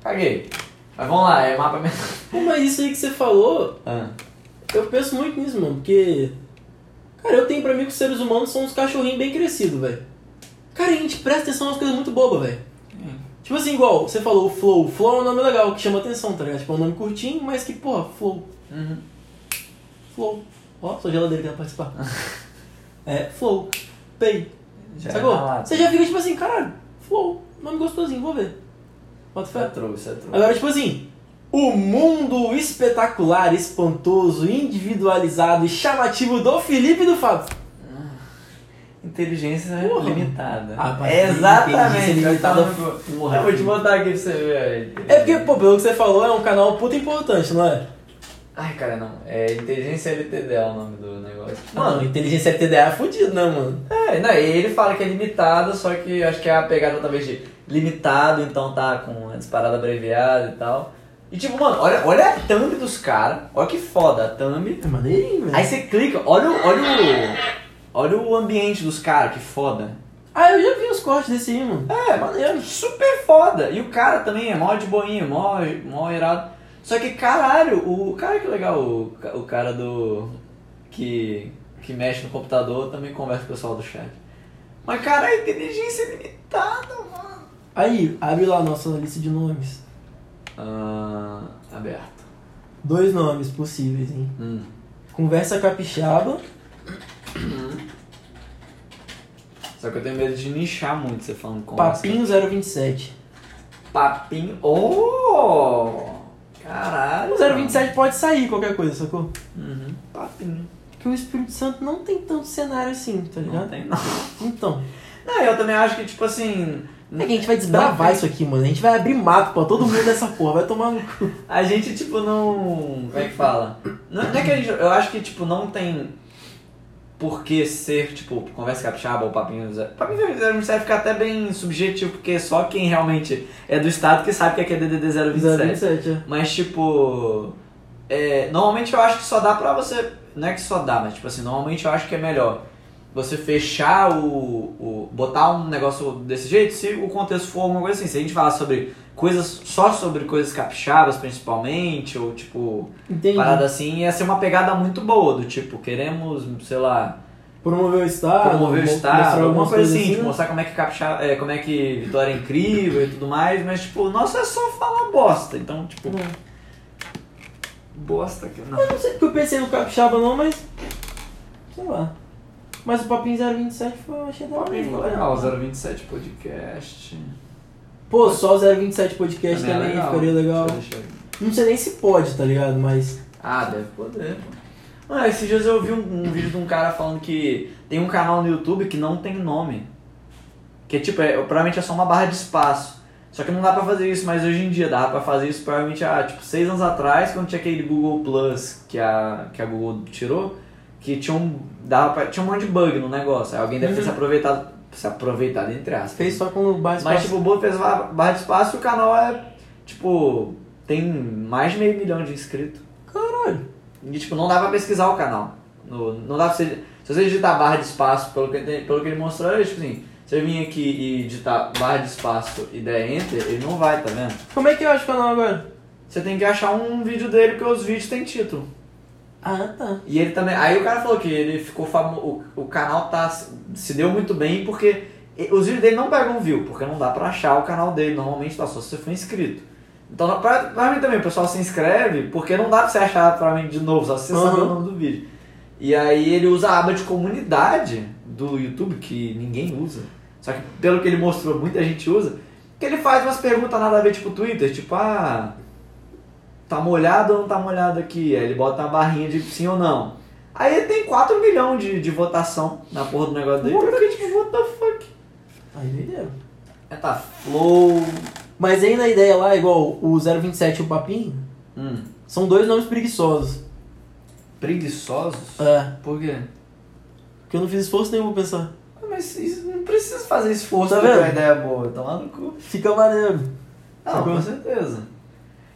Speaker 1: Caguei. Mas vamos lá, é mapa mental.
Speaker 3: Pô, mas isso aí que você falou,
Speaker 1: Ah.
Speaker 3: Eu penso muito nisso, mano, porque. Cara, eu tenho pra mim que os seres humanos são uns cachorrinhos bem crescidos, velho. Cara, a gente presta atenção nas coisas muito bobas, velho. Tipo assim, igual você falou, o Flow. O Flow é um nome legal, que chama atenção, tá ligado? Tipo, é um nome curtinho, mas que, porra, Flow.
Speaker 1: Uhum.
Speaker 3: Flow. Ó, sua geladeira que vai participar. é, Flow. Pay.
Speaker 1: Já
Speaker 3: Sacou?
Speaker 1: tá lá.
Speaker 3: Você já fica tipo assim, caralho, Flow. Nome gostosinho, vou ver. Bota fé.
Speaker 1: Você é trouxa, você é trouxa.
Speaker 3: Agora, tipo assim, o mundo espetacular, espantoso, individualizado e chamativo do Felipe e do Fábio.
Speaker 1: Inteligência
Speaker 3: Porra.
Speaker 1: limitada. É
Speaker 3: Ah, pá,
Speaker 1: Exatamente.
Speaker 3: inteligência limitada,
Speaker 1: Eu tava no-
Speaker 3: porra,
Speaker 1: eu vou te
Speaker 3: filho.
Speaker 1: mandar aqui pra você ver. aí.
Speaker 3: É porque, pô, pelo que você falou, é um canal puta importante, não é?
Speaker 1: Ai, cara, não. É Inteligência LTD é o nome do negócio.
Speaker 3: Mano, inteligência LTDA é fudido, né, mano?
Speaker 1: É, não, e ele fala que é limitada, só que acho que é a pegada talvez de limitado, então tá com a disparada abreviada e tal. E tipo, mano, olha, olha a thumb dos caras. Olha que foda a thumb.
Speaker 3: É maneirinho,
Speaker 1: Aí
Speaker 3: velho.
Speaker 1: você clica, olha, o- olha o. Olha o ambiente dos caras, que foda.
Speaker 3: Ah, eu já vi os cortes desse aí, mano.
Speaker 1: É, maneiro, super foda. E o cara também é mó de boinha, mó, mó irado. Só que, caralho, o cara que legal, o, ca- o cara do. Que, que mexe no computador também conversa com o pessoal do chat. Mas, cara, a inteligência é limitada, mano.
Speaker 3: Aí, abre lá a nossa lista de nomes.
Speaker 1: Ah, aberto.
Speaker 3: Dois nomes possíveis, hein?
Speaker 1: Hum.
Speaker 3: Conversa capixaba.
Speaker 1: Só que eu tenho medo de nichar muito você falando com
Speaker 3: Papinho 027.
Speaker 1: Papinho. Oh! Caralho.
Speaker 3: O 027 pode sair qualquer coisa, sacou?
Speaker 1: Uhum. Papinho.
Speaker 3: Porque o Espírito Santo não tem tanto cenário assim, tá
Speaker 1: Não
Speaker 3: ligado?
Speaker 1: tem, não.
Speaker 3: Então.
Speaker 1: Não, eu também acho que, tipo assim.
Speaker 3: É que a gente vai desbravar isso aqui, mano. A gente vai abrir mato pra todo mundo nessa porra. Vai tomar no cu.
Speaker 1: A gente, tipo, não. Como é que fala? Não, não é que a gente. Eu acho que, tipo, não tem por que ser, tipo, conversa capixaba ou papinho. Zé- Papinho 027 fica até bem subjetivo, porque é só quem realmente é do estado que sabe que aqui é DDD 027.
Speaker 3: 027, é.
Speaker 1: Mas, tipo. é, normalmente eu acho que só dá pra você. Não é que só dá, mas, tipo assim, normalmente eu acho que é melhor você fechar o, o. botar um negócio desse jeito, se o contexto for alguma coisa assim. Se a gente falar sobre coisas. só sobre coisas capixabas principalmente, ou tipo.
Speaker 3: Entendi.
Speaker 1: parada assim, ia ser uma pegada muito boa, do tipo, queremos, sei lá,
Speaker 3: Promover o estado.
Speaker 1: promover o
Speaker 3: Ah, mo-
Speaker 1: estado,
Speaker 3: mostrar
Speaker 1: alguma
Speaker 3: algumas
Speaker 1: coisa assim,
Speaker 3: coisas né?
Speaker 1: tipo, mostrar como é que capixaba, é, como é que Vitória é incrível e tudo mais, mas tipo, nossa, é só falar bosta, então, tipo,
Speaker 3: né?
Speaker 1: bosta que não.
Speaker 3: Não sei porque eu pensei no capixaba não, mas. Sei lá. Mas o Papinho 027 foi, eu achei da hora. né?
Speaker 1: Ficou legal, 027 podcast.
Speaker 3: Pô, só o 027 podcast
Speaker 1: Também é
Speaker 3: também, ficaria legal.
Speaker 1: Deixa eu deixar aqui.
Speaker 3: Não sei nem se pode, tá ligado? Mas.
Speaker 1: Ah, deve poder, pô. Mano, esses dias eu vi um, um vídeo de um cara falando que tem um canal no YouTube que não tem nome. Que é tipo, é, provavelmente é só uma barra de espaço. Só que não dá pra fazer isso, mas hoje em dia dá pra fazer isso provavelmente há tipo seis anos atrás, quando tinha aquele Google Plus que a, que a Google tirou, que tinha um. Dava pra- tinha um monte de bug no negócio. Aí alguém deve ter se aproveitado. Se aproveitado entre aspas.
Speaker 3: Uhum. Fez só com o básico.
Speaker 1: Mas, tipo, o Boa fez ba- barra de espaço e o canal é, tipo, tem mais de meio milhão de inscritos.
Speaker 3: Caralho.
Speaker 1: E, tipo, não dá pra pesquisar o canal. No- não dá pra você... Se você digitar barra de espaço, pelo que, ele- pelo que ele mostrou, é, tipo assim, você vir aqui e digitar barra de espaço e der enter, ele não vai, tá vendo?
Speaker 3: Como é que eu acho o canal agora?
Speaker 1: Você tem que achar um vídeo dele, porque os vídeos têm título.
Speaker 3: Ah, tá.
Speaker 1: E ele também. Aí o cara falou que ele ficou famoso. O, o canal tá. Se deu muito bem porque e- os vídeos dele não pegam view, porque não dá pra achar o canal dele. Normalmente tá só se você for inscrito. Então na- pra, pra mim também, o pessoal se inscreve, porque não dá pra você achar pra mim de novo, só se você
Speaker 3: Uhum.
Speaker 1: saber o nome do vídeo. E aí ele usa a aba de comunidade do YouTube, que ninguém usa. Só que pelo que ele mostrou, muita gente usa. Que ele faz umas perguntas nada a ver, tipo Twitter, tipo, ah. Tá molhado ou não tá molhado aqui? Aí ele bota uma barrinha de sim ou não. Aí ele tem 4 milhões de, de votação na porra do negócio dele. Eu fiquei tipo, what the fuck?
Speaker 3: Aí doideira.
Speaker 1: É, tá, Flow.
Speaker 3: Mas ainda a ideia lá, igual o 027 e o Papinho,
Speaker 1: Hum,
Speaker 3: são dois nomes preguiçosos.
Speaker 1: preguiçosos?
Speaker 3: É.
Speaker 1: Por quê?
Speaker 3: Porque eu não fiz esforço nenhum pra pensar.
Speaker 1: Ah, Mas isso, não precisa fazer esforço
Speaker 3: Tá
Speaker 1: pra ter
Speaker 3: vendo? Tá
Speaker 1: uma ideia boa. Tá lá no cu.
Speaker 3: Fica maneiro.
Speaker 1: Não,
Speaker 3: Sacou?
Speaker 1: com certeza.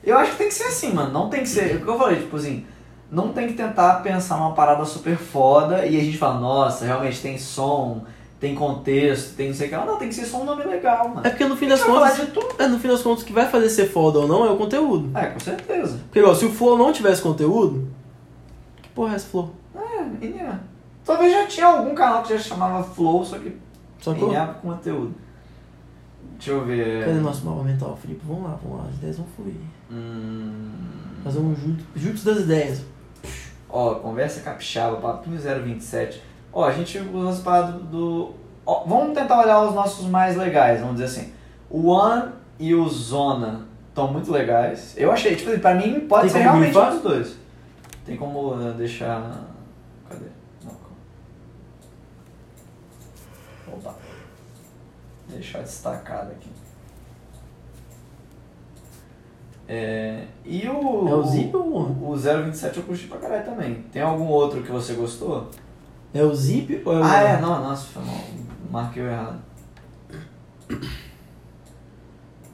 Speaker 1: Eu acho que tem que ser assim, mano. Não tem que ser. O que eu falei, tipo assim. Não tem que tentar pensar uma parada super foda e a gente fala, nossa, realmente tem som, tem contexto, tem não sei o que lá. Não, tem que ser só um nome legal, mano.
Speaker 3: É porque no fim
Speaker 1: A
Speaker 3: das
Speaker 1: gente vai falar
Speaker 3: contas.
Speaker 1: de tudo.
Speaker 3: É, no fim das contas, o que vai fazer ser foda ou não é o conteúdo.
Speaker 1: É, com certeza.
Speaker 3: Porque, igual, se o Flow não tivesse conteúdo. Que porra é essa Flow?
Speaker 1: É, e é. Talvez já tinha algum canal que já chamava Flow, só que
Speaker 3: Sacou?
Speaker 1: alinhava com conteúdo. Deixa eu
Speaker 3: Cadê
Speaker 1: ver.
Speaker 3: nosso mapa mental, Felipe? Vamos lá, vamos lá. As ideias vão fluir.
Speaker 1: Hum...
Speaker 3: Fazer um junto, juntos das ideias.
Speaker 1: Ó, conversa capixaba, papinho 027. Ó, a gente usa as paradas do. Ó, vamos tentar olhar os nossos mais legais, vamos dizer assim. O One e o Zona estão muito legais. Eu achei, tipo assim, pra mim pode
Speaker 3: Tem
Speaker 1: ser
Speaker 3: como
Speaker 1: realmente
Speaker 3: grifar?
Speaker 1: um dos dois. Tem como né, deixar. Cadê? Não, calma. Opa. Deixar destacado aqui. É, e o.
Speaker 3: É o Zip ou o One?
Speaker 1: O 027 eu curti pra caralho também. Tem algum outro que você gostou?
Speaker 3: É o Zip ou é o.
Speaker 1: Ah, é, não, nossa, foi mal. Marquei o errado.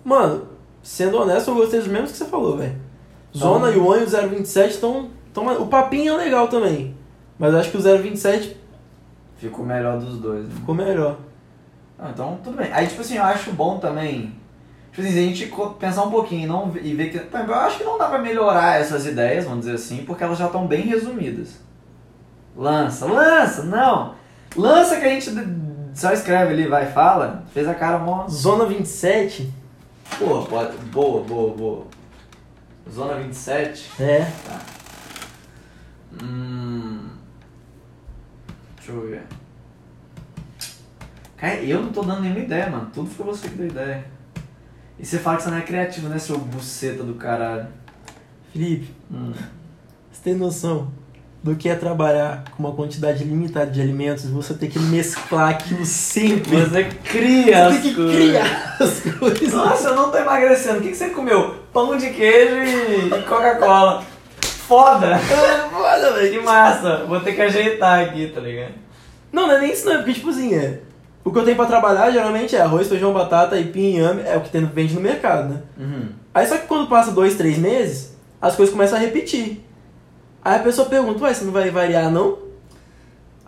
Speaker 3: Mano, sendo honesto, eu gostei dos mesmos que você falou, velho. Zona e o One e o 027 estão. O papinho é legal também. Mas eu acho que o 027
Speaker 1: Ficou melhor dos dois, né?
Speaker 3: ficou melhor.
Speaker 1: Ah, então tudo bem. Aí, tipo assim, eu acho bom também. Tipo assim, se a gente co- pensar um pouquinho e não, ve- e ver que. Pô, Eu acho que não dá pra melhorar essas ideias, vamos dizer assim, porque elas já estão bem resumidas. Lança, lança, não! Lança que a gente d- só escreve ali, vai, fala. Fez a cara mó.
Speaker 3: Zona 27?
Speaker 1: Boa, pode- boa, boa, boa. Zona 27.
Speaker 3: É.
Speaker 1: Hum. Deixa eu ver. Cara, eu não tô dando nenhuma ideia, mano. Tudo foi você que deu ideia. E você fala que você não é criativo, né, seu buceta do caralho?
Speaker 3: Felipe,
Speaker 1: Hum.
Speaker 3: você tem noção do que é trabalhar com uma quantidade limitada de alimentos e você ter que mesclar aquilo sempre?
Speaker 1: Você cria
Speaker 3: você tem que
Speaker 1: as coisas.
Speaker 3: criar as coisas.
Speaker 1: Nossa, eu não tô emagrecendo. O que, que você comeu? Pão de queijo e e Coca-Cola. Foda! Tá Foda, velho. Que massa. Vou ter que ajeitar aqui, tá ligado?
Speaker 3: Não, não é nem isso não, é porque tipo assim, é... O que eu tenho pra trabalhar geralmente é arroz, feijão, batata, aipim, inhame, é o que tem, vende no mercado, né?
Speaker 1: Uhum.
Speaker 3: Aí só que quando passa dois, três meses, as coisas começam a repetir. Aí a pessoa pergunta, ué, você não vai variar não?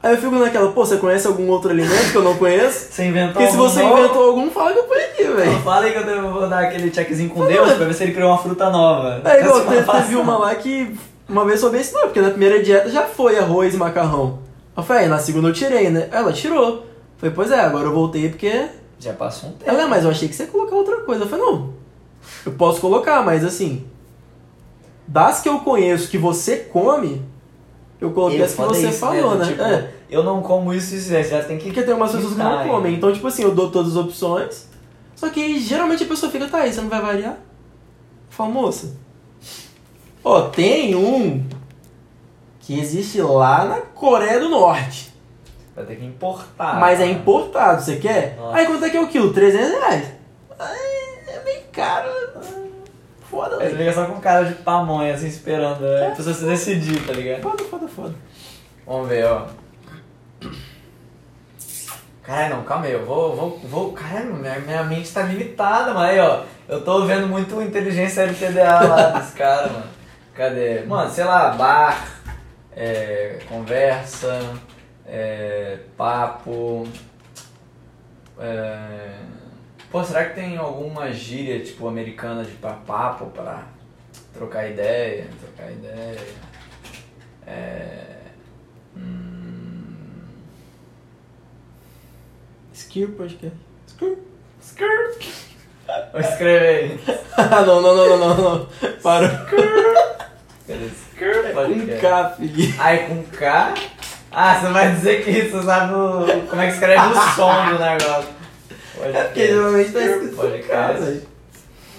Speaker 3: Aí eu fico naquela, pô, você conhece algum outro alimento que eu não conheço?
Speaker 1: Você inventou
Speaker 3: Porque se
Speaker 1: um
Speaker 3: você
Speaker 1: novo-
Speaker 3: inventou algum, fala que eu fui aqui,
Speaker 1: Não,
Speaker 3: velho.
Speaker 1: Fala aí que eu devo- vou dar aquele checkzinho com Deus pra ver se ele criou uma fruta nova.
Speaker 3: É igual,
Speaker 1: Semana
Speaker 3: te- teve
Speaker 1: passada.
Speaker 3: uma lá que uma vez eu soube ensinar, porque na primeira dieta já foi arroz e macarrão. Eu falei, "Ah, na segunda eu tirei, né? Ela tirou. Eu Falei, pois é, agora eu voltei porque
Speaker 1: Já passou um tempo.
Speaker 3: Ela, é, mas eu achei que você ia colocar outra coisa. Eu falei, não, eu posso colocar, mas assim, das que eu conheço que você come, eu coloquei
Speaker 1: Eu
Speaker 3: as é que
Speaker 1: falei
Speaker 3: você
Speaker 1: isso,
Speaker 3: falou, né?
Speaker 1: Tipo,
Speaker 3: É,
Speaker 1: Eu não como isso e isso, isso, já tem que.
Speaker 3: porque tem umas pessoas que não
Speaker 1: Ai.
Speaker 3: comem. Então, tipo assim, eu dou todas as opções. Só que aí, geralmente a pessoa fica, tá aí, você não vai variar? Eu falo, moça, ó, tem um que existe lá na Coreia do Norte.
Speaker 1: Vai ter que importar.
Speaker 3: Mas é importado, você quer?
Speaker 1: Ah. Nossa.
Speaker 3: Aí quanto é que é o quilo? 300 reais. Ai, É bem caro. Foda, né?
Speaker 1: Ele
Speaker 3: velho.
Speaker 1: fica só com cara de pamonha, assim, esperando
Speaker 3: É.
Speaker 1: né? a pessoa se decidir, tá ligado?
Speaker 3: Foda, foda, foda.
Speaker 1: Vamos ver, ó. Caralho, não, calma aí, eu vou, vou, vou, caralho, minha, minha mente tá limitada, mas aí, ó, eu tô vendo muito inteligência LTDA lá desse cara, mano. Cadê? Mano, sei lá, bar, é, conversa, é, papo, é... Pô, será que tem alguma gíria, tipo, americana de pra papo, pra trocar ideia, trocar ideia, é... Hum...
Speaker 3: Skill podcast. Skill.
Speaker 1: Skirt. Vou escrever aí.
Speaker 3: não, não, não, não, não, não. Parou.
Speaker 1: Cadê? Skirt
Speaker 3: Um
Speaker 1: podcast.
Speaker 3: K, filho.
Speaker 1: Ai, com K? Ah, você vai dizer que você sabe o- como é que escreve o som do negócio. Podcast.
Speaker 3: É porque geralmente tá escrito né? com K,
Speaker 1: podcast.
Speaker 3: velho.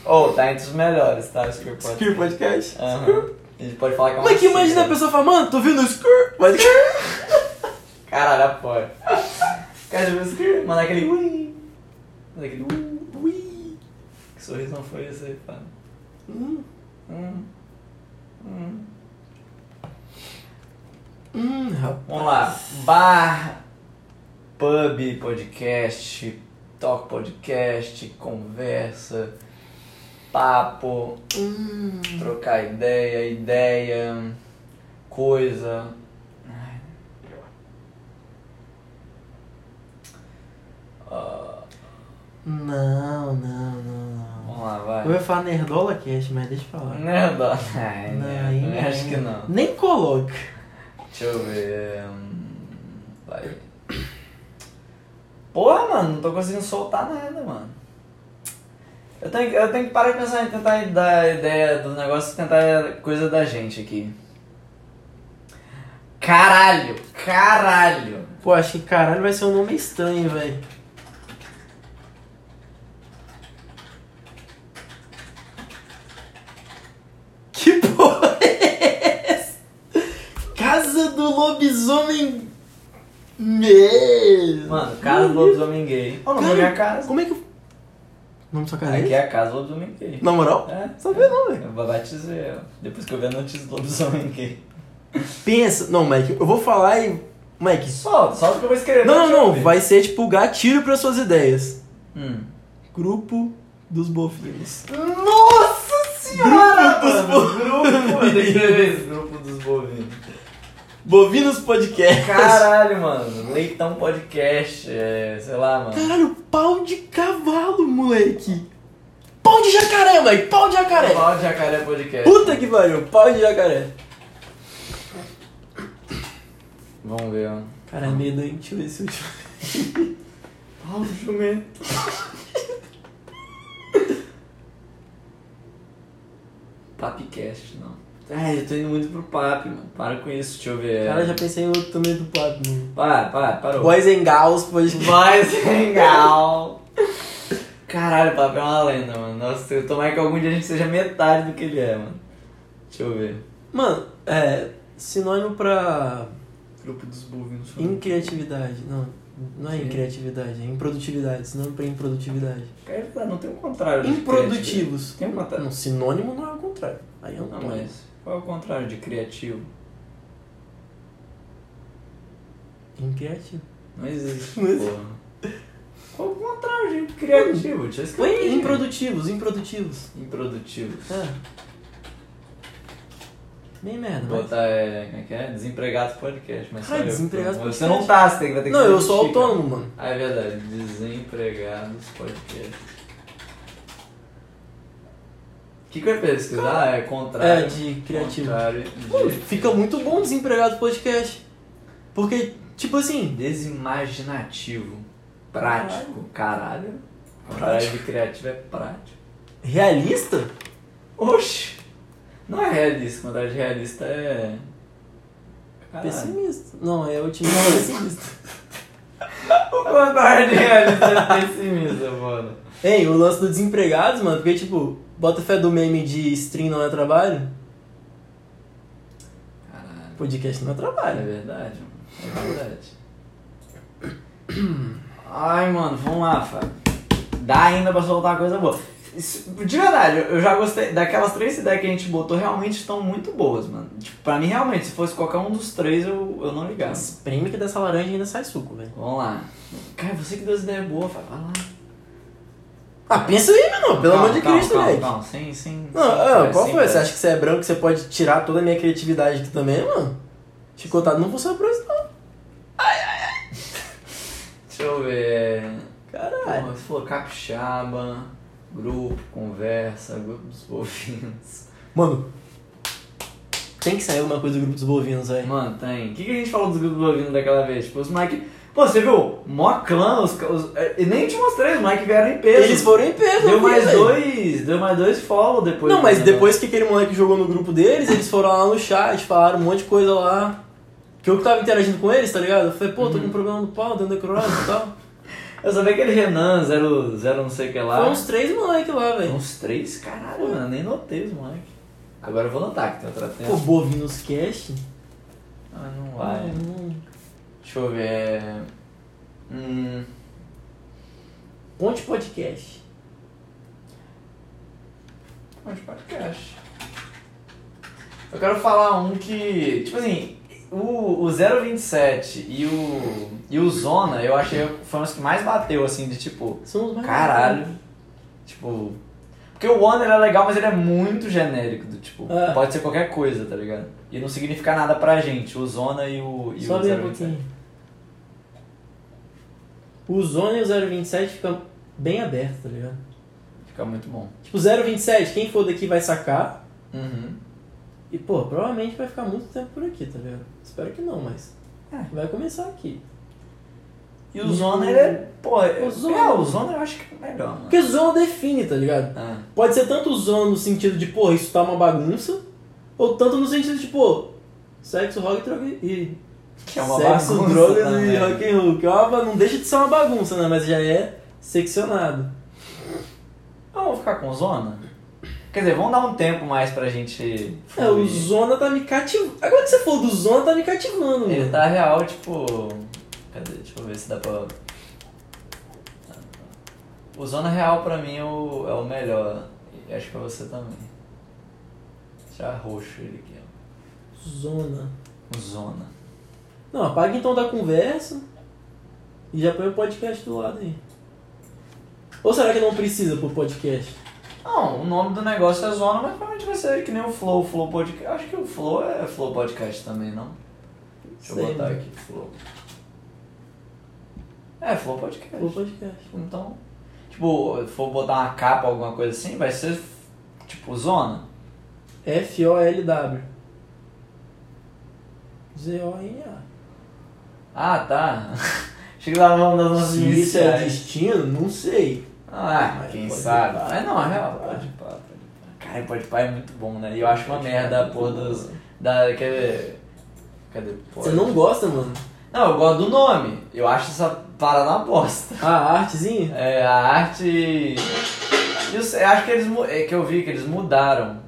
Speaker 1: Ou, né? tá entre os melhores, tá? Skirt podcast.
Speaker 3: Skill podcast.
Speaker 1: Aham. A gente pode falar que é uma
Speaker 3: Mas que imagina a
Speaker 1: sigla.
Speaker 3: pessoa falar, mano, tô vindo o Skill podcast.
Speaker 1: Caralho, apoio. Cara, já viu Skirt? Manda aquele ui. Manda aquele ui.
Speaker 3: Ui.
Speaker 1: Que sorriso não foi esse aí, cara?
Speaker 3: Hum,
Speaker 1: Hum. Hum.
Speaker 3: hum, rapaz.
Speaker 1: Vamos lá. Bar, pub, podcast, talk podcast, conversa, papo,
Speaker 3: Hum.
Speaker 1: trocar ideia, ideia, coisa. Ai. Ah,
Speaker 3: Não, não, não, não.
Speaker 1: vamos lá,
Speaker 3: Eu
Speaker 1: vai.
Speaker 3: ia falar Nerdola Cast, mas deixa pra lá.
Speaker 1: Merda. Ai,
Speaker 3: Não,
Speaker 1: merda.
Speaker 3: aí
Speaker 1: é, Eu Acho que não.
Speaker 3: Nem coloca.
Speaker 1: Deixa eu ver. hum, Vai. Porra, mano, não tô conseguindo soltar nada, mano. Eu tenho, que- eu tenho que parar de pensar em tentar dar ideia do negócio e tentar coisa da gente aqui. Caralho! Caralho!
Speaker 3: Pô, acho que caralho vai ser um nome estranho, velho. Que porra é essa? Casa do lobisomem. Mesmo.
Speaker 1: Mano, casa do lobisomem gay. Ô, não,
Speaker 3: Cara,
Speaker 1: minha casa.
Speaker 3: Como é que. eu- O nome da sua casa é
Speaker 1: Aqui
Speaker 3: esse?
Speaker 1: é a casa do lobisomem gay.
Speaker 3: Na moral?
Speaker 1: É?
Speaker 3: Sabia não, velho.
Speaker 1: Eu batizei, ó. Depois que eu vi a notícia do lobisomem gay.
Speaker 3: Pensa. Não, Mike, eu vou falar e. Mike.
Speaker 1: Solta, solta que eu vou escrever.
Speaker 3: Não,
Speaker 1: deixa eu
Speaker 3: não,
Speaker 1: ver.
Speaker 3: não. Vai ser tipo gatilho para suas ideias.
Speaker 1: Hum.
Speaker 3: Grupo dos bofinhos.
Speaker 1: Nossa senhora!
Speaker 3: Grupo dos
Speaker 1: mano, grupo, tem que ver esse grupo dos bovinos.
Speaker 3: Bovinos Podcast.
Speaker 1: Caralho, mano. Leitão Podcast, é, sei lá, mano.
Speaker 3: Caralho, pau de cavalo, moleque. Pau de jacaré, moleque. Pau de jacaré.
Speaker 1: Pau de Jacaré Podcast.
Speaker 3: Puta que pariu, pau de jacaré.
Speaker 1: Vamos ver, ó.
Speaker 3: Cara, é meio doentio esse último.
Speaker 1: Pau do jumento. Papcast, não.
Speaker 3: É,
Speaker 1: Ai, eu tô indo muito pro pap, mano. Para com isso, deixa eu ver.
Speaker 3: Cara, já pensei em outro também do papo, mano.
Speaker 1: Para, para, parou.
Speaker 3: Boys and Gals Podcast.
Speaker 1: Mas legal. Caralho, o papo é uma lenda, mano. Nossa, eu tomara que algum dia a gente seja metade do que ele é, mano. Deixa eu ver.
Speaker 3: Mano, é... Sinônimo pra
Speaker 1: Grupo dos bovinos.
Speaker 3: incriatividade. Não, não é incriatividade, é improdutividade. Sinônimo pra improdutividade.
Speaker 1: Cara, não tem o contrário. de criativo.
Speaker 3: Improdutivos.
Speaker 1: Tem o contrário.
Speaker 3: Não, sinônimo não é o contrário. Aí é um
Speaker 1: Não,
Speaker 3: tônimo.
Speaker 1: mas qual é o contrário de criativo?
Speaker 3: Incriativo.
Speaker 1: Não existe,
Speaker 3: Não existe.
Speaker 1: porra. Qual é o contrário de criativo? Tinha
Speaker 3: Põe
Speaker 1: escrito. Ah,
Speaker 3: improdutivos, improdutivos.
Speaker 1: Improdutivos.
Speaker 3: É. Bem merda, mas...
Speaker 1: Botar, é, como é que é? Desempregado podcast, mas
Speaker 3: Caralho,
Speaker 1: só eu.
Speaker 3: desempregado
Speaker 1: Você
Speaker 3: podcast.
Speaker 1: não tá, você tem- vai ter que
Speaker 3: Não, eu
Speaker 1: se
Speaker 3: sou
Speaker 1: identificar.
Speaker 3: autônomo, mano.
Speaker 1: Ah, é verdade. Desempregados podcast. O que, que eu ia pesquisar? É contrário.
Speaker 3: É, de criativo.
Speaker 1: Contrário
Speaker 3: Pô,
Speaker 1: de
Speaker 3: Fica muito bom desempregado podcast. Porque, tipo assim,
Speaker 1: Desimaginativo. Prático. Caralho. Contrário de criativo é prático.
Speaker 3: realista?
Speaker 1: Oxi! Não é realista. Contrário de realista é. Caralho.
Speaker 3: Pessimista. Não, é otimista e pessimista.
Speaker 1: O contrário de realista é pessimista, mano.
Speaker 3: Ei, o lance do desempregados, mano, porque, tipo, bota fé do meme de stream não é trabalho,
Speaker 1: Caralho.
Speaker 3: podcast não é
Speaker 1: É
Speaker 3: trabalho.
Speaker 1: verdade, mano. É verdade. Ai, mano, vamos lá, Fábio. Dá ainda pra soltar uma coisa boa. Isso- De verdade, eu já gostei. Daquelas três ideias que a gente botou, realmente estão muito boas, mano. Tipo, pra mim, realmente, se fosse qualquer um dos três, eu, eu não ligava.
Speaker 3: Espreme que dessa laranja ainda sai suco, velho.
Speaker 1: Vamos lá. Cara, você que deu as ideias boas, Fábio. Vai lá.
Speaker 3: Ah, pensa aí, mano, pelo
Speaker 1: Calma,
Speaker 3: amor de
Speaker 1: calma,
Speaker 3: Cristo,
Speaker 1: calma,
Speaker 3: velho.
Speaker 1: calma, sem, sem.
Speaker 3: Não,
Speaker 1: sem
Speaker 3: ah,
Speaker 1: pressa,
Speaker 3: qual
Speaker 1: sem
Speaker 3: foi? Você
Speaker 1: pressa.
Speaker 3: acha que você é branco, que você pode tirar toda a minha criatividade aqui também, mano? Chicotado não funciona pra isso, não.
Speaker 1: Deixa eu ver.
Speaker 3: Caralho.
Speaker 1: Porra, você falou capixaba, grupo, conversa, grupo dos bovinos.
Speaker 3: Mano, tem que sair alguma coisa do grupo dos bovinos, velho.
Speaker 1: Mano, tem. O que, que a gente falou dos grupos bovinos daquela vez? Tipo, os Mike. Pô, você viu? Mó clã, os. ca- os- eh, E nem te mostrei, os Mike vieram em peso.
Speaker 3: Eles foram em peso, eu
Speaker 1: Deu
Speaker 3: vi,
Speaker 1: mais
Speaker 3: velho.
Speaker 1: dois. Deu mais dois follow depois. né?
Speaker 3: Não,
Speaker 1: do
Speaker 3: mas
Speaker 1: negócio.
Speaker 3: depois que aquele moleque jogou no grupo deles, eles foram lá no chat, falaram um monte de coisa lá. Que eu que tava interagindo com eles, tá ligado? Eu falei, pô,
Speaker 1: Uhum.
Speaker 3: tô com um problema no pau, dentro da cross e tal.
Speaker 1: Eu sabia aquele Renan, zero, zero não sei o que lá.
Speaker 3: Foi uns três moleques lá, velho.
Speaker 1: Uns três? Caralho, mano, eu nem notei os moleque. Agora eu vou notar que tem outra tela.
Speaker 3: Pô, Bovinos Cast?
Speaker 1: Ah, não vai.
Speaker 3: Hum.
Speaker 1: Deixa eu ver. é, Hum.
Speaker 3: Ponte Podcast.
Speaker 1: Mas podcast. Eu quero falar um que. Tipo assim, o, o 027 e o. E o Zona, eu achei foi um dos que mais bateu, assim, de tipo.
Speaker 3: Somos mais.
Speaker 1: Caralho. Tipo. Porque o One ele é legal, mas ele é muito genérico, do tipo,
Speaker 3: É.
Speaker 1: pode ser qualquer coisa, tá ligado? E não significa nada pra gente, o Zona e o. E
Speaker 3: Só
Speaker 1: o
Speaker 3: ver um
Speaker 1: 027.
Speaker 3: pouquinho. O Zona e o 027 ficam bem abertos, tá ligado?
Speaker 1: Fica muito bom.
Speaker 3: Tipo, 027, quem for daqui vai sacar.
Speaker 1: Uhum.
Speaker 3: E, pô, provavelmente vai ficar muito tempo por aqui, tá ligado? Espero que não, mas.
Speaker 1: É.
Speaker 3: Vai começar aqui.
Speaker 1: E o Zona, ele é. Pô, é-
Speaker 3: O Zona-
Speaker 1: é, o Zona eu acho que é melhor, mano.
Speaker 3: Porque zona define, tá ligado?
Speaker 1: Ah.
Speaker 3: Pode ser tanto zona no sentido de, porra, isso tá uma bagunça, ou tanto no sentido de, pô, sexo, rock, droga e.
Speaker 1: Que é uma
Speaker 3: sexo,
Speaker 1: bagunça né,
Speaker 3: drogas e
Speaker 1: também.
Speaker 3: rock and roll. Que é uma ba- não deixa de ser uma bagunça, né? Mas já é seccionado.
Speaker 1: Ah, vamos ficar com zona? Quer dizer, vamos dar um tempo mais pra gente.
Speaker 3: É, o
Speaker 1: fluir.
Speaker 3: Zona tá me cativando. Agora que você falou do Zona, tá me cativando,
Speaker 1: Ele
Speaker 3: mano.
Speaker 1: tá real, tipo. Cadê? Deixa eu ver se dá pra. O zona real pra mim é o, é o melhor. E acho que pra você também. Já roxo ele aqui, ó.
Speaker 3: Zona.
Speaker 1: O Zona.
Speaker 3: Não, apaga então da conversa e já põe o podcast do lado aí. Ou será que não precisa pro podcast?
Speaker 1: Não, Ah, o nome do negócio é Zona, mas provavelmente vai ser que nem o Flow, Flow Podcast. Acho que o Flow é Flow Podcast também, não? Deixa eu
Speaker 3: Sei, né?
Speaker 1: botar
Speaker 3: mano.
Speaker 1: aqui, Flow. É, Flow Podcast.
Speaker 3: Pro podcast.
Speaker 1: Então, tipo, for botar uma capa, alguma coisa assim, vai ser tipo zona.
Speaker 3: F-O-L-W. Z-O-N-A.
Speaker 1: Ah, tá. Achei que tava falando das nossas
Speaker 3: Se isso é
Speaker 1: iniciais.
Speaker 3: destino, não sei.
Speaker 1: Ah,
Speaker 3: Mas
Speaker 1: quem
Speaker 3: pode
Speaker 1: sabe.
Speaker 3: ir pá.
Speaker 1: Mas não, é real, pode ir pá, pode ir pá. Cara, pode ir pá é muito bom, né? E eu acho uma merda a porra dos... Da, quer ver? Cadê? Pode.
Speaker 3: Você não gosta, mano?
Speaker 1: Não, eu gosto do nome. Eu acho essa parada uma bosta.
Speaker 3: A artezinha?
Speaker 1: É, a arte... e os- eu acho que eles... mu- É que eu vi que eles mudaram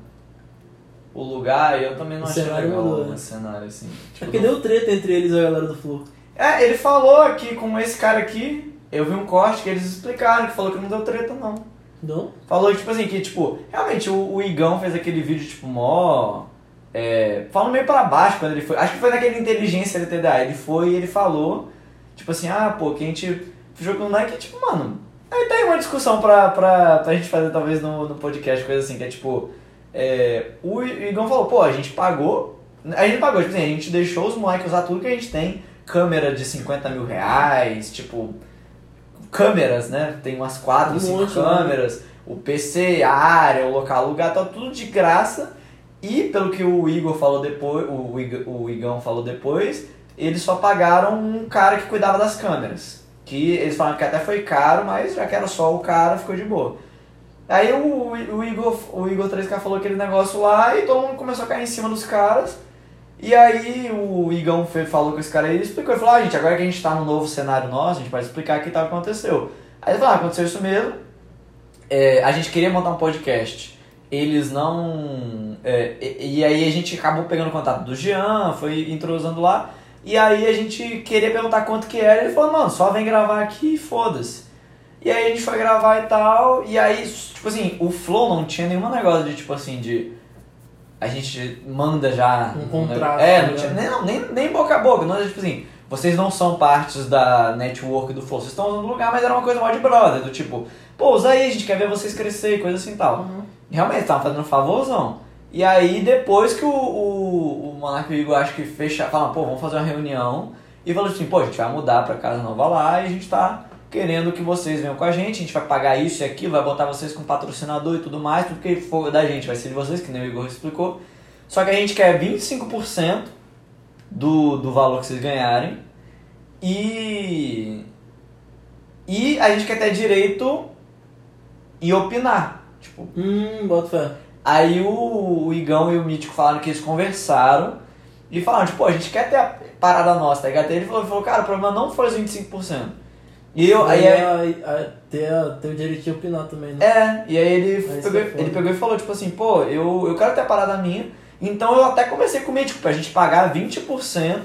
Speaker 1: o lugar e eu também não
Speaker 3: O
Speaker 1: achei
Speaker 3: cenário
Speaker 1: legal
Speaker 3: mudou, né?
Speaker 1: o cenário, assim.
Speaker 3: É
Speaker 1: Tipo,
Speaker 3: porque
Speaker 1: não
Speaker 3: deu treta entre eles e a galera do Flow.
Speaker 1: É, ele falou aqui com esse cara aqui, eu vi um corte que eles explicaram, que falou que não deu treta não.
Speaker 3: Não?
Speaker 1: Falou tipo assim, que tipo, realmente o, o Igão fez aquele vídeo tipo mó. É, falando meio pra baixo quando ele foi. Acho que foi naquele inteligência LTDA. Ele foi e ele falou, tipo assim, ah, pô, que a gente jogou no Nike, tipo, mano. Aí tem uma discussão pra, pra, pra gente fazer talvez no, no podcast, coisa assim, que é tipo. É, o Igão falou, pô, a gente pagou. A gente pagou, tipo assim, a gente deixou os moleques usar tudo que a gente tem. Câmera de 50 mil reais, tipo. Câmeras, né? Tem umas quatro,
Speaker 3: Um
Speaker 1: cinco
Speaker 3: monte, né?
Speaker 1: câmeras, o PC, a área, o local, o lugar, tá tudo de graça. E pelo que o Igor falou depois, o, Ig- o Igão falou depois, eles só pagaram um cara que cuidava das câmeras. Que eles falaram que até foi caro, mas já que era só o cara, ficou de boa. Aí o, o, Igor, o Igor 3K falou aquele negócio lá e todo mundo começou a cair em cima dos caras. E aí o Igão fe- falou com esse cara aí e explicou. Ele falou, ah, gente, agora que a gente tá num novo cenário nosso, a gente vai explicar o que tá, aconteceu. Aí ele falou, ah, aconteceu isso mesmo. É, a gente queria montar um podcast. Eles não... é, e, e aí a gente acabou pegando o contato do Jean, foi introduzindo lá. E aí a gente queria perguntar quanto que era. Ele falou, mano, só vem gravar aqui e foda-se. E aí a gente foi gravar e tal, e aí, tipo assim, o Flow não tinha nenhum negócio de, tipo assim, de... A gente manda já...
Speaker 3: Um contrato,
Speaker 1: É,
Speaker 3: né?
Speaker 1: não tinha, nem, não, nem, nem boca a boca, não era tipo assim... Vocês não são partes da network do Flow, vocês estão usando lugar, mas era uma coisa mais de brother, do tipo... Pô, usa aí, a gente quer ver vocês crescer, coisa assim e tal. Realmente, tava fazendo um favorzão. E aí, depois que o, o, o Monarca e o Igor, acho que fecharam, falaram, pô, vamos fazer uma reunião. E falou assim, pô, a gente vai mudar pra casa nova lá e a gente tá querendo que vocês venham com a gente, a gente vai pagar isso e aquilo, vai botar vocês com patrocinador e tudo mais, tudo que for da gente vai ser de vocês, que nem o Igor explicou. Só que a gente quer 25% do, do valor que vocês ganharem e... E a gente quer ter direito e opinar. Tipo,
Speaker 3: Hum, bota fé.
Speaker 1: Aí o, o Igão e o Mítico falaram que eles conversaram e falaram, tipo, "Pô, a gente quer ter a parada nossa, tá ligado? Aí Ele falou, falou, cara, o problema não foi os 25%. E eu, aí,
Speaker 3: Aí, a- a- ter, a- ter o direito de opinar também, né?
Speaker 1: é, e aí ele,
Speaker 3: Aí isso
Speaker 1: pegou,
Speaker 3: é foda.
Speaker 1: ele pegou e falou, tipo assim, pô, eu, eu quero ter a parada minha, então eu até comecei com o Mítico pra gente pagar 20%,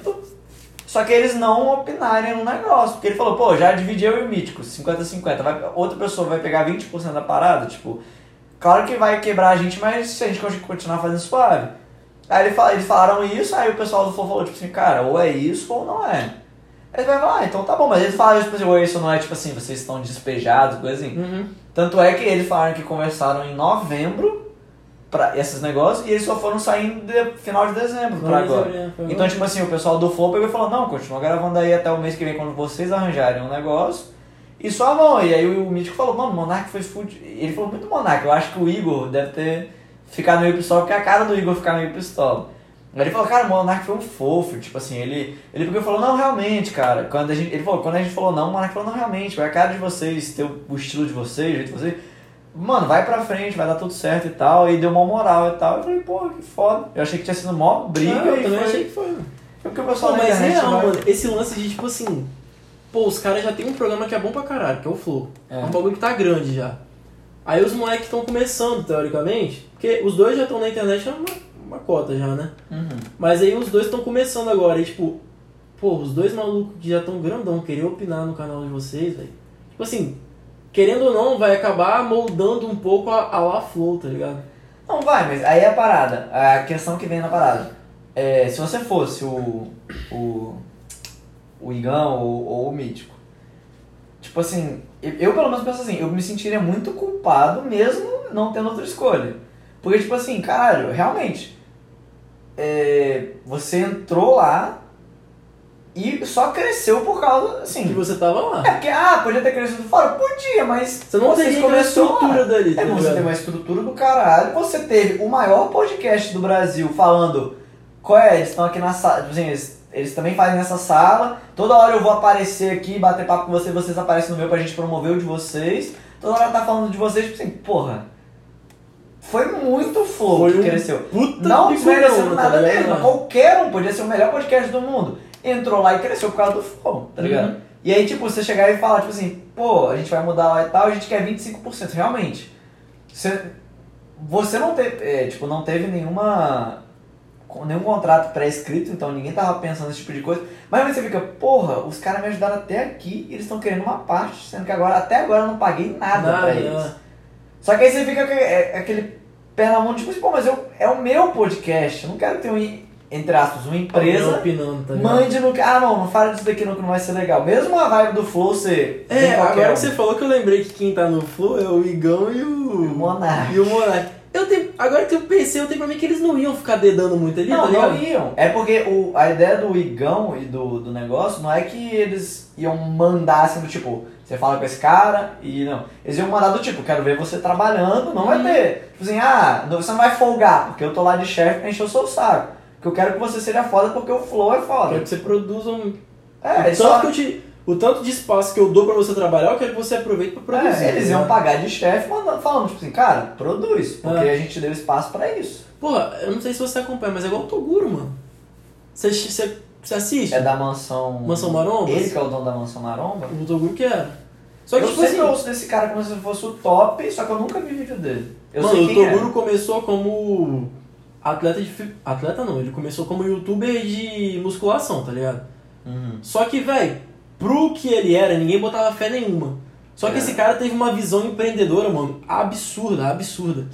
Speaker 1: só que eles não opinarem no negócio. Porque ele falou, pô, já dividi eu e o Mítico, 50-50, vai- outra pessoa vai pegar 20% da parada, tipo, claro que vai quebrar a gente, mas se a gente con- continuar fazendo suave. Aí ele fala- eles falaram isso, aí o pessoal do Flow falou, tipo assim, cara, ou é isso ou não é. Aí ele vai falar, ah, então tá bom, mas eles falaram, tipo assim, ou é isso ou não é, tipo assim, vocês estão despejados, coisa assim.
Speaker 3: Uhum.
Speaker 1: Tanto é que eles falaram que conversaram em novembro pra esses negócios e eles só foram saindo de, final de dezembro pra
Speaker 3: Mas,
Speaker 1: agora.
Speaker 3: é, foi
Speaker 1: Então,
Speaker 3: bom.
Speaker 1: tipo assim, o pessoal do Flow pegou e falou: não, continua gravando aí até o mês que vem quando vocês arranjarem um negócio. E só vão. E aí o Mítico falou: mano, o Monark foi fudido. Ele falou muito Monark. Eu acho que o Igor deve ter ficado meio pistola, porque a cara do Igor ficar meio pistola. Aí ele falou, cara, o Monark foi um fofo, tipo assim, ele, ele pegou e falou, não, realmente, cara, quando a gente, ele falou, quando a gente falou não, o Monark falou, não, realmente, vai a cara de vocês, ter o estilo de vocês, o jeito de vocês, mano, vai pra frente, vai dar tudo certo e tal, e deu uma moral e tal, eu falei, pô, que foda, eu achei que tinha sido mó briga,
Speaker 3: Ah, eu
Speaker 1: e
Speaker 3: também
Speaker 1: foi-
Speaker 3: achei que foi, mano.
Speaker 1: é porque o pessoal
Speaker 3: Pô,
Speaker 1: na
Speaker 3: mas
Speaker 1: internet né?
Speaker 3: real,
Speaker 1: vai-
Speaker 3: mano, esse lance de tipo assim. Pô, os caras já tem um programa que é bom pra caralho, que é o Flow. É,
Speaker 1: É.
Speaker 3: um bagulho que tá grande já. Aí os moleques estão começando, teoricamente, porque os dois já estão na internet há uma, uma cota já, né?
Speaker 1: Uhum.
Speaker 3: Mas aí os dois estão começando agora, e tipo, pô, os dois malucos que já estão grandão querer opinar no canal de vocês, velho. Tipo assim, querendo ou não, vai acabar moldando um pouco a, a La Flow, tá ligado?
Speaker 1: Não vai, mas aí é a parada. A questão que vem na parada. É, se você fosse o. o. o Igão ou, ou o Mítico, tipo assim, eu, eu pelo menos penso assim, eu me sentiria muito culpado mesmo não tendo outra escolha. Porque, tipo assim, caralho, realmente. é, você entrou lá e só cresceu por causa,
Speaker 3: Que
Speaker 1: assim.
Speaker 3: você tava lá.
Speaker 1: É porque, ah, podia ter crescido fora? Podia, mas.
Speaker 3: Você não
Speaker 1: vocês
Speaker 3: teria aquela
Speaker 1: começou lá.
Speaker 3: estrutura dali, tá
Speaker 1: É, você
Speaker 3: ligado?
Speaker 1: tem uma estrutura do caralho. Você teve o maior podcast do Brasil falando qual é, eles estão aqui na sala. tipo assim, eles, eles também fazem nessa sala. Toda hora eu vou aparecer aqui, bater papo com vocês, vocês aparecem no meu pra gente promover o de vocês. Toda hora tá falando de vocês, tipo assim, porra. Foi muito flow
Speaker 3: Foi
Speaker 1: que
Speaker 3: um
Speaker 1: cresceu.
Speaker 3: Puta
Speaker 1: Não
Speaker 3: que
Speaker 1: desmerecendo
Speaker 3: pariu, tá
Speaker 1: nada
Speaker 3: ligado?
Speaker 1: dele, mas qualquer um podia ser o melhor podcast do mundo. Entrou lá e cresceu por causa do flow,
Speaker 3: Uhum.
Speaker 1: tá ligado? E aí, tipo, você chegar e falar, tipo assim, pô, a gente vai mudar lá e tal, a gente quer 25%, realmente. Você, você não teve, é, tipo, não teve nenhuma com nenhum contrato pré-escrito, então ninguém tava pensando nesse tipo de coisa. Mas aí você fica, porra, os caras me ajudaram até aqui e eles estão querendo uma parte, sendo que agora, até agora eu não paguei nada,
Speaker 3: Nada,
Speaker 1: pra
Speaker 3: né?
Speaker 1: eles. Tá Só que aí você fica com é- aquele pé na mão, tipo assim, pô, mas eu, é o meu podcast, eu não quero ter um, em- entre aspas, uma
Speaker 3: Alguém
Speaker 1: empresa.
Speaker 3: opinando, tá ligado?
Speaker 1: Mande no. Ah, não, não fala disso daqui não, que não vai ser legal. Mesmo a vibe do Flow ser. um.
Speaker 3: É, agora que você falou que eu lembrei que quem tá no Flow é o Igão e o.
Speaker 1: O Monark.
Speaker 3: E o Monark. Eu tenho. Agora que eu pensei, eu tenho pra mim que eles não iam ficar dedando muito ali, tá
Speaker 1: Não,
Speaker 3: ligado?
Speaker 1: não iam. É porque o, a ideia do igão e do, do negócio não é que eles iam mandar assim do tipo, você fala com esse cara e não. Eles iam mandar do tipo, quero ver você trabalhando, não
Speaker 3: Uhum.
Speaker 1: vai ter. Tipo assim, ah, não- você não vai folgar, porque eu tô lá de chefe pra encher o seu saco. Porque eu quero é que você seja foda porque o flow é
Speaker 3: Eu Quero
Speaker 1: foda.
Speaker 3: que você produza um.
Speaker 1: É,
Speaker 3: o,
Speaker 1: eles,
Speaker 3: tanto
Speaker 1: só,
Speaker 3: que eu te- o tanto de espaço que eu dou pra você trabalhar, eu quero que você aproveite pra produzir.
Speaker 1: é, eles
Speaker 3: tá
Speaker 1: iam
Speaker 3: ligado?
Speaker 1: pagar de chefe mandando, falando, tipo assim, cara, produz, porque
Speaker 3: É.
Speaker 1: a gente deu espaço pra isso.
Speaker 3: Porra, eu não sei se você acompanha, mas é igual o Toguro, mano. Você, você, você assiste?
Speaker 1: É da mansão.
Speaker 3: Mansão Maromba?
Speaker 1: Ele que é o dono da mansão maromba.
Speaker 3: O Toguro que era. Só que,
Speaker 1: eu
Speaker 3: tipo
Speaker 1: sempre
Speaker 3: assim,
Speaker 1: ouço desse cara como se fosse o top, só que eu nunca vi vídeo dele. Eu
Speaker 3: mano,
Speaker 1: sei
Speaker 3: o
Speaker 1: quem é.
Speaker 3: Toguro começou como atleta de. fi- Atleta não, ele começou como youtuber de musculação, tá ligado?
Speaker 1: é. Uhum.
Speaker 3: Só que, velho, pro que ele era, ninguém botava fé nenhuma. Só que
Speaker 1: É.
Speaker 3: esse cara teve uma visão empreendedora, mano, absurda, absurda.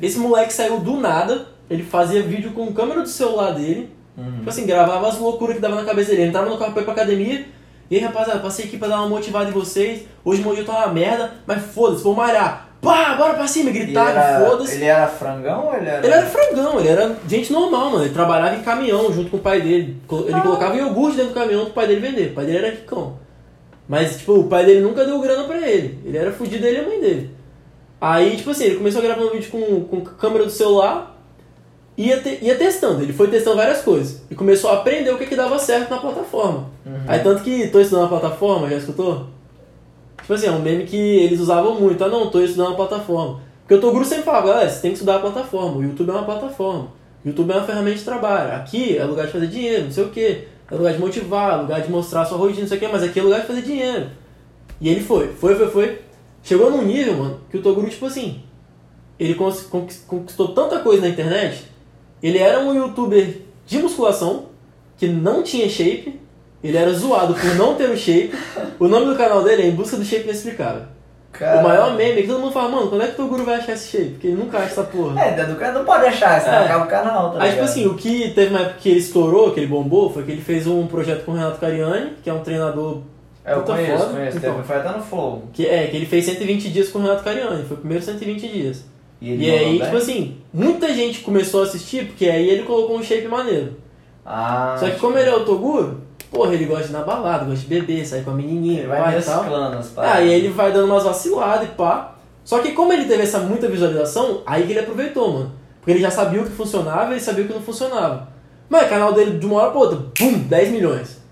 Speaker 3: Esse moleque saiu do nada, ele fazia vídeo com câmera do celular dele,
Speaker 1: Uhum.
Speaker 3: tipo assim, gravava as loucuras que dava na cabeça dele. Entrava no carro pra ir pra academia, e aí, rapaziada, passei aqui pra dar uma motivada em vocês. Hoje meu dia tá uma merda, mas foda-se, vou malhar. Pá, bora pra cima,
Speaker 1: Ele
Speaker 3: gritar,
Speaker 1: era-
Speaker 3: foda-se.
Speaker 1: Ele era frangão ou ele era.
Speaker 3: Ele era frangão, ele era gente normal, mano. Ele trabalhava em caminhão junto com o pai dele. Co- Ele colocava iogurte dentro do caminhão pro pai dele vender. O pai dele era ricão. Mas, tipo, o pai dele nunca deu grana pra ele. Ele era fudido, ele e a mãe dele. Aí, tipo assim, ele começou a gravar um vídeo com, com câmera do celular. Ia, te- ia testando, ele foi testando várias coisas. E começou a aprender o que, que dava certo na plataforma. Aí tanto que tô estudando a plataforma, já escutou? Tipo assim, é um meme que eles usavam muito. Ah, não, tô estudando a plataforma. Porque o Toguro sempre falava, galera, você tem que estudar a plataforma. O YouTube é uma plataforma. O YouTube é uma ferramenta de trabalho. Aqui é lugar de fazer dinheiro, não sei o quê. É lugar de motivar, é lugar de mostrar a sua rotina, não sei o quê. Mas aqui é lugar de fazer dinheiro. E ele foi, foi, foi, foi. Chegou num nível, mano, que o Toguro, tipo assim, ele cons- conquis- conquistou tanta coisa na internet. Ele era um youtuber de musculação, que não tinha shape. Ele era zoado por não ter o shape. O nome do canal dele é Em Busca do Shape Inexplicável.
Speaker 1: Cara-
Speaker 3: O maior meme é que todo mundo fala, mano, quando é que o Toguro vai achar esse shape? Porque ele nunca acha essa porra.
Speaker 1: É, ideia do cara não pode achar, senão
Speaker 3: É.
Speaker 1: acaba o canal, tá
Speaker 3: Aí, tipo
Speaker 1: ligado?
Speaker 3: assim, o que teve uma época que ele estourou, que ele bombou, foi que ele fez um projeto com o Renato Cariani, que é um treinador
Speaker 1: É, eu
Speaker 3: puta
Speaker 1: conheço,
Speaker 3: foda.
Speaker 1: conheço.
Speaker 3: Então.
Speaker 1: Teve- Foi até no Flow.
Speaker 3: Que é, que ele fez 120 dias com o Renato Cariani, foi o primeiro 120 dias.
Speaker 1: E ele
Speaker 3: E
Speaker 1: mandou
Speaker 3: aí,
Speaker 1: bem?
Speaker 3: tipo assim, muita gente começou a assistir, porque aí ele colocou um shape maneiro.
Speaker 1: Ah,
Speaker 3: Só que como ele é o Toguro, porra, ele gosta de ir na balada, gosta de beber, sair com a menininha,
Speaker 1: ele vai
Speaker 3: vai é e tal.
Speaker 1: mesclando as
Speaker 3: Ah, e aí ele vai dando umas vaciladas e pá. Só que como ele teve essa muita visualização, aí que ele aproveitou, mano. Porque ele já sabia o que funcionava e ele sabia o que não funcionava. Mas o canal dele, de uma hora pra outra, bum, 10 milhões.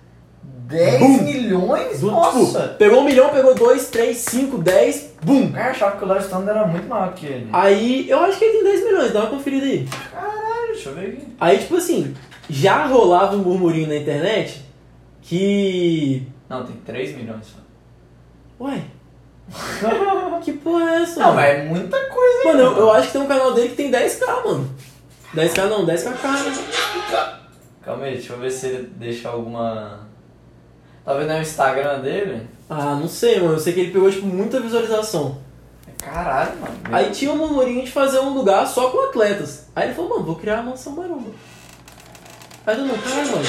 Speaker 1: 10
Speaker 3: Bum!
Speaker 1: milhões?
Speaker 3: Do-
Speaker 1: Nossa!
Speaker 3: tipo, pegou um milhão, pegou dois, três, cinco, dez, bum.
Speaker 1: Cara, eu achava que o Lars Thunder era muito maior que ele.
Speaker 3: Aí, eu acho que ele tem 10 milhões, dá uma conferida aí.
Speaker 1: Caralho, Ah, deixa eu ver aqui.
Speaker 3: Aí, tipo assim, já rolava um murmurinho na internet que...
Speaker 1: Não, tem 3 milhões só.
Speaker 3: Ué, que porra é essa?
Speaker 1: Não,
Speaker 3: mano?
Speaker 1: mas é muita coisa.
Speaker 3: Mano, eu, eu acho que tem um canal dele que tem 10k, mano. 10k não, 10kk, né?
Speaker 1: Calma aí, deixa eu ver se ele deixa alguma. Talvez não é o Instagram dele?
Speaker 3: Ah, não sei, mano. Eu sei que ele pegou, tipo, muita visualização.
Speaker 1: É Caralho, mano.
Speaker 3: Aí tinha um murmurinho de fazer um lugar só com atletas. Aí ele falou, mano, vou criar a mansão maromba. Aí eu não, caralho, mano.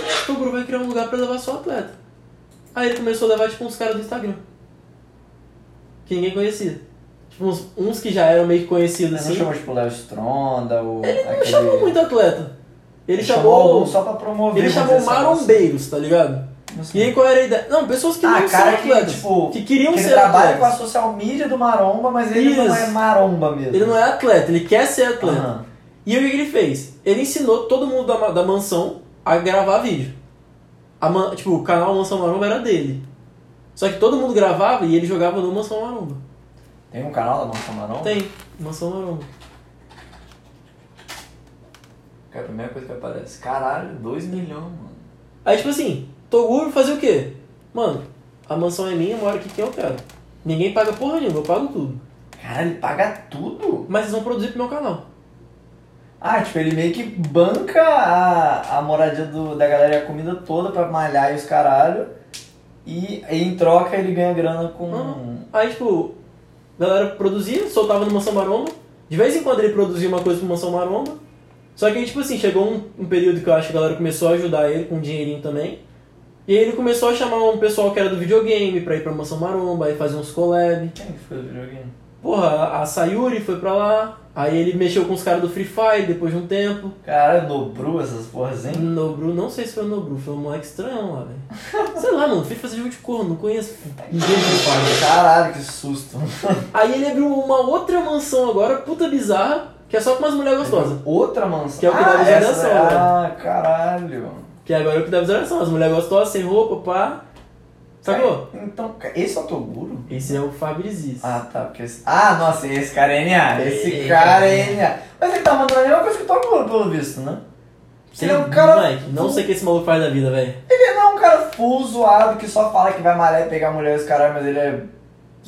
Speaker 3: O Toguro vai criar um lugar pra levar só atleta. Aí ele começou a levar, tipo, uns caras do Instagram. Que ninguém conhecia. Tipo, uns, uns que já eram meio que conhecidos,
Speaker 1: Você não
Speaker 3: assim.
Speaker 1: chamou tipo o Léo Stronda, o.
Speaker 3: Ele não
Speaker 1: aquele-
Speaker 3: chamou muito atleta. Ele,
Speaker 1: algum
Speaker 3: chamou...
Speaker 1: só pra promover.
Speaker 3: Ele chamou
Speaker 1: assim.
Speaker 3: marombeiros, tá ligado? E aí qual era a ideia? Não, pessoas que
Speaker 1: Ah, cara
Speaker 3: não são
Speaker 1: que,
Speaker 3: atletas,
Speaker 1: tipo,
Speaker 3: que queriam
Speaker 1: Ele
Speaker 3: ser
Speaker 1: trabalha
Speaker 3: atletas.
Speaker 1: com a social media do Maromba, mas ele não é
Speaker 3: Isso.
Speaker 1: maromba mesmo.
Speaker 3: Ele não é atleta, ele quer ser atleta.
Speaker 1: Aham.
Speaker 3: E o que que ele fez? Ele ensinou todo mundo da, ma- da mansão a gravar vídeo. A man- tipo, o canal Mansão Maromba era dele. Só que todo mundo gravava e ele jogava no Mansão Maromba.
Speaker 1: Tem um canal da Mansão Maromba?
Speaker 3: Tem, Mansão Maromba.
Speaker 1: Que é a primeira coisa que aparece. Caralho, 2 milhões, mano.
Speaker 3: Aí, tipo assim, Toguro fazia o quê? Mano, a mansão é minha, eu moro aqui quem eu quero. Ninguém paga porra nenhuma, eu pago tudo.
Speaker 1: Caralho, ele paga tudo?
Speaker 3: Mas eles vão produzir pro meu canal.
Speaker 1: Ah, tipo, ele meio que banca a, a moradia do, da galera e a comida toda pra malhar e os caralho. E, e em troca ele ganha grana com.
Speaker 3: Uhum. Aí, tipo, a galera produzia, soltava no Mansão Maromba. De vez em quando ele produzia uma coisa pro Mansão Maromba. Só que aí, tipo assim, chegou um, um período que eu acho que a galera começou a ajudar ele com um dinheirinho também. E aí ele começou a chamar um pessoal que era do videogame pra ir pra Mansão Maromba, aí fazer uns collab.
Speaker 1: Quem que foi o videogame?
Speaker 3: Porra, a a Sayuri foi pra lá, Aí ele mexeu com os caras do Free Fire depois de um tempo.
Speaker 1: Caralho, Nobru, essas porras, hein?
Speaker 3: Nobru, não sei se foi o Nobru, foi um moleque estranhão lá, velho. sei lá, mano, fez fazer jogo de corno, não conheço ninguém do Free Fire.
Speaker 1: Caralho, que susto.
Speaker 3: Aí ele abriu uma outra mansão agora, puta bizarra, que é só com umas mulheres gostosas.
Speaker 1: Outra mansão.
Speaker 3: Que é o que dá
Speaker 1: ah,
Speaker 3: visualização,
Speaker 1: essa-
Speaker 3: né?
Speaker 1: Ah, caralho.
Speaker 3: Que agora é o que dá visualização, as mulheres gostosas, sem roupa, pá. Sacou?
Speaker 1: Cara, Então, ca- esse é o Toguro?
Speaker 3: Esse é o Fabrizis.
Speaker 1: Ah, tá, porque esse... Ah, nossa, esse cara é NA, esse
Speaker 3: Ei,
Speaker 1: cara
Speaker 3: cara.
Speaker 1: é NA. Mas ele tá mandando a mesma coisa que o Toguro, pelo visto, né?
Speaker 3: Sem-
Speaker 1: ele é um cara-
Speaker 3: Moleque, não sei o que esse maluco faz da vida, velho.
Speaker 1: Ele não é um cara full zoado que só fala que vai malhar e pegar mulher e os caras, mas ele é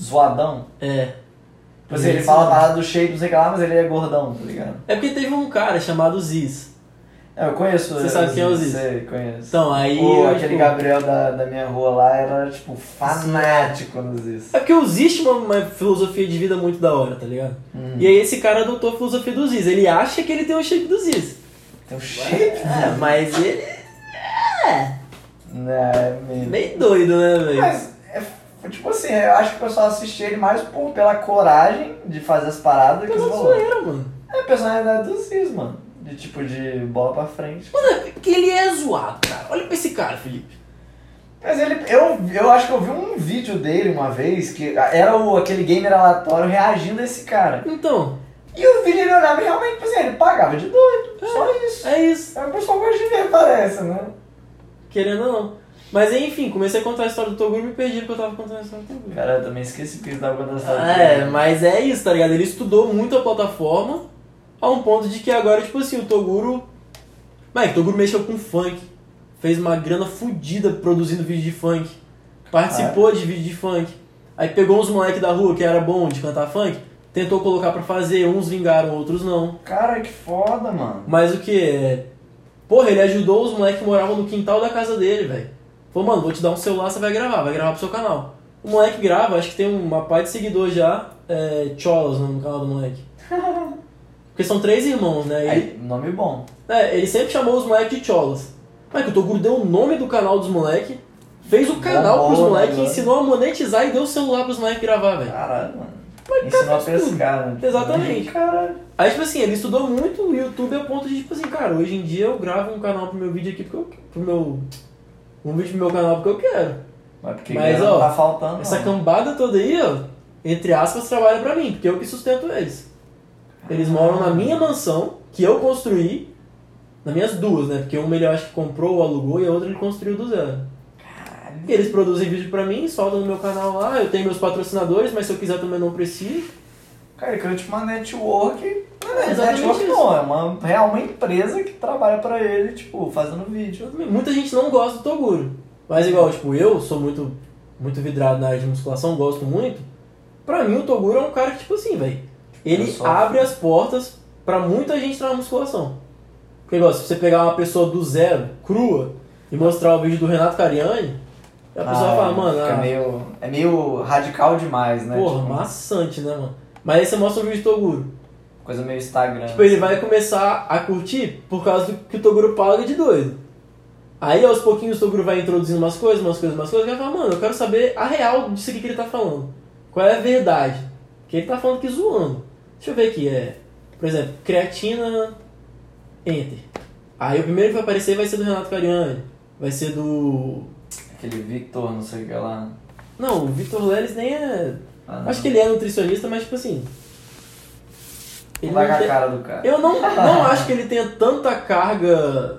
Speaker 1: zoadão.
Speaker 3: É.
Speaker 1: Tipo assim, ele fala a parada do shape, não sei o que lá, mas ele é gordão, tá ligado?
Speaker 3: É porque teve um cara chamado Ziz.
Speaker 1: É, Eu conheço
Speaker 3: Você sabe quem é o Ziz?
Speaker 1: Sei, conheço.
Speaker 3: Então, aí.
Speaker 1: Pô,
Speaker 3: eu,
Speaker 1: aquele
Speaker 3: tipo,
Speaker 1: Gabriel da, da minha rua lá era, tipo, fanático nos Ziz.
Speaker 3: É porque o Ziz tinha uma, uma filosofia de vida muito da hora, tá ligado?
Speaker 1: Hum,
Speaker 3: E aí esse cara adotou a filosofia do Ziz. Ele acha que ele tem o shape do Ziz.
Speaker 1: Tem um shape?
Speaker 3: É, mas ele
Speaker 1: Né,
Speaker 3: é
Speaker 1: mesmo.
Speaker 3: meio doido, né, velho?
Speaker 1: Mas, é, f- tipo assim, eu acho que o pessoal assiste ele mais por, pela coragem de fazer as paradas que
Speaker 3: É
Speaker 1: você
Speaker 3: uma
Speaker 1: falou.
Speaker 3: zoeira, mano.
Speaker 1: É a personalidade do Ziz, mano. De tipo, de bola pra frente.
Speaker 3: Mano, é que ele é zoado, cara. Olha pra esse cara, Felipe.
Speaker 1: Mas ele, eu, eu acho que eu vi um vídeo dele uma vez, que era o, aquele gamer aleatório reagindo a esse cara.
Speaker 3: Então,
Speaker 1: E o vídeo ele olhava e realmente, tipo assim, ele pagava de doido. Só isso.
Speaker 3: é isso.
Speaker 1: É o pessoal gosta de ver, parece, né?
Speaker 3: Querendo ou não. Mas enfim, comecei a contar a história do Toguro e me perdi porque eu tava contando a história do Toguro.
Speaker 1: Cara, eu também esqueci porque ele tava contando essa
Speaker 3: É, mas é isso, tá ligado? Ele estudou muito a plataforma a um ponto de que agora, tipo assim, o Toguro. Mano, o Toguro mexeu com funk. Fez uma grana fodida produzindo vídeo de funk. Participou de vídeo de funk. Aí pegou uns moleques da rua que era bom de cantar funk, tentou colocar pra fazer, uns vingaram, outros não.
Speaker 1: Cara, que foda, mano.
Speaker 3: Mas o que? é, Porra, ele ajudou os moleques que moravam no quintal da casa dele, velho. Falou, mano, vou te dar um celular, você vai gravar, vai gravar pro seu canal. O moleque grava, acho que tem uma pá de seguidor já, é, Cholos no canal do moleque. Porque são três irmãos, né? E-
Speaker 1: Aí, nome bom.
Speaker 3: é, ele sempre chamou os moleques de Cholas. Mas que o Toguro deu o nome do canal dos moleques, fez o canal
Speaker 1: Bombou,
Speaker 3: pros
Speaker 1: né,
Speaker 3: moleques,
Speaker 1: mano?
Speaker 3: ensinou a monetizar e deu o celular pros moleques gravar, velho.
Speaker 1: Caralho, mano. Ensinou a pescar, né?
Speaker 3: tá Exatamente.
Speaker 1: Caralho.
Speaker 3: Aí, tipo assim, ele estudou muito o YouTube a ponto de, tipo assim, cara, hoje em dia eu gravo um canal pro meu vídeo aqui porque eu que- pro meu. Um vídeo pro meu canal porque eu quero.
Speaker 1: Mas porque
Speaker 3: Mas,
Speaker 1: grana não
Speaker 3: ó,
Speaker 1: tá faltando,
Speaker 3: Essa
Speaker 1: não.
Speaker 3: cambada toda aí, ó, entre aspas, trabalha pra mim, porque eu que sustento eles. Eles moram na minha mansão, que eu construí, nas minhas duas, né? Porque uma ele eu acho que comprou ou alugou e a outra ele construiu do zero. E eles produzem vídeo pra mim, soltam no meu canal lá, eu tenho meus patrocinadores, mas se eu quiser também não preciso.
Speaker 1: Cara, ele criou tipo uma network. Não é
Speaker 3: Exatamente
Speaker 1: network
Speaker 3: isso.
Speaker 1: não, é uma real uma empresa que trabalha pra ele, tipo, fazendo vídeo.
Speaker 3: Muita gente não gosta do Toguro. Mas igual, tipo, eu sou muito, muito vidrado na área de musculação, gosto muito. Pra mim o Toguro é um cara que, tipo assim, velho.
Speaker 1: Eu
Speaker 3: Ele
Speaker 1: sou-
Speaker 3: abre as portas pra muita gente entrar na musculação. Porque igual, se você pegar uma pessoa do zero, crua, e mostrar o vídeo do Renato Cariani, a pessoa
Speaker 1: Ah,
Speaker 3: fala, mano,
Speaker 1: fica
Speaker 3: ah,
Speaker 1: meio, é meio radical demais, né?
Speaker 3: porra,
Speaker 1: Tipo,
Speaker 3: maçante, né, mano? Mas aí você mostra o vídeo do Toguro.
Speaker 1: Coisa meio Instagram.
Speaker 3: Tipo, ele vai começar a curtir por causa do que o Toguro paga de doido. Aí aos pouquinhos o Toguro vai introduzindo umas coisas, umas coisas, umas coisas, e vai falar, mano, eu quero saber a real disso aqui que ele tá falando. Qual é a verdade? Que ele tá falando que zoando. Deixa eu ver aqui, é. Por exemplo, creatina. Enter. Aí o primeiro que vai aparecer vai ser do Renato Cariani. Vai ser do.
Speaker 1: Aquele Victor, não sei o que lá.
Speaker 3: Não, o Victor Leles nem é.
Speaker 1: Ah, não.
Speaker 3: Acho que ele é nutricionista, mas tipo assim.
Speaker 1: Não vai com
Speaker 3: tem-
Speaker 1: a cara do cara.
Speaker 3: eu não, não acho que ele tenha tanta carga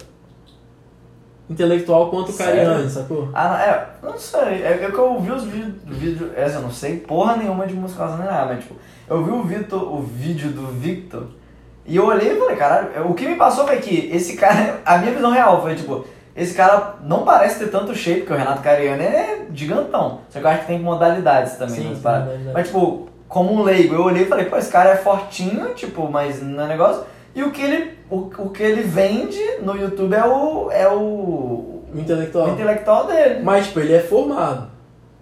Speaker 3: intelectual quanto o
Speaker 1: Sério?
Speaker 3: Cariani, sacou?
Speaker 1: Ah, não, é, eu não sei, é que eu ouvi os vídeos, vídeo, essa eu não sei porra nenhuma de musculação nem nada, mas tipo, eu vi o, Victor, o vídeo do Victor e eu olhei e falei, caralho, eu- o que me passou foi que esse cara, a minha visão real foi tipo, esse cara não parece ter tanto shape, porque o Renato Cariani é gigantão, só que eu acho que tem modalidades também,
Speaker 3: Sim,
Speaker 1: nas
Speaker 3: sim,
Speaker 1: paradas.
Speaker 3: verdade.
Speaker 1: mas tipo, como um leigo, eu olhei e falei, pô, esse cara é fortinho, tipo, mas não é negócio, e o que ele, o, o que ele vende no YouTube é o, é o...
Speaker 3: O
Speaker 1: O
Speaker 3: intelectual.
Speaker 1: intelectual dele.
Speaker 3: Mas, tipo, ele é formado.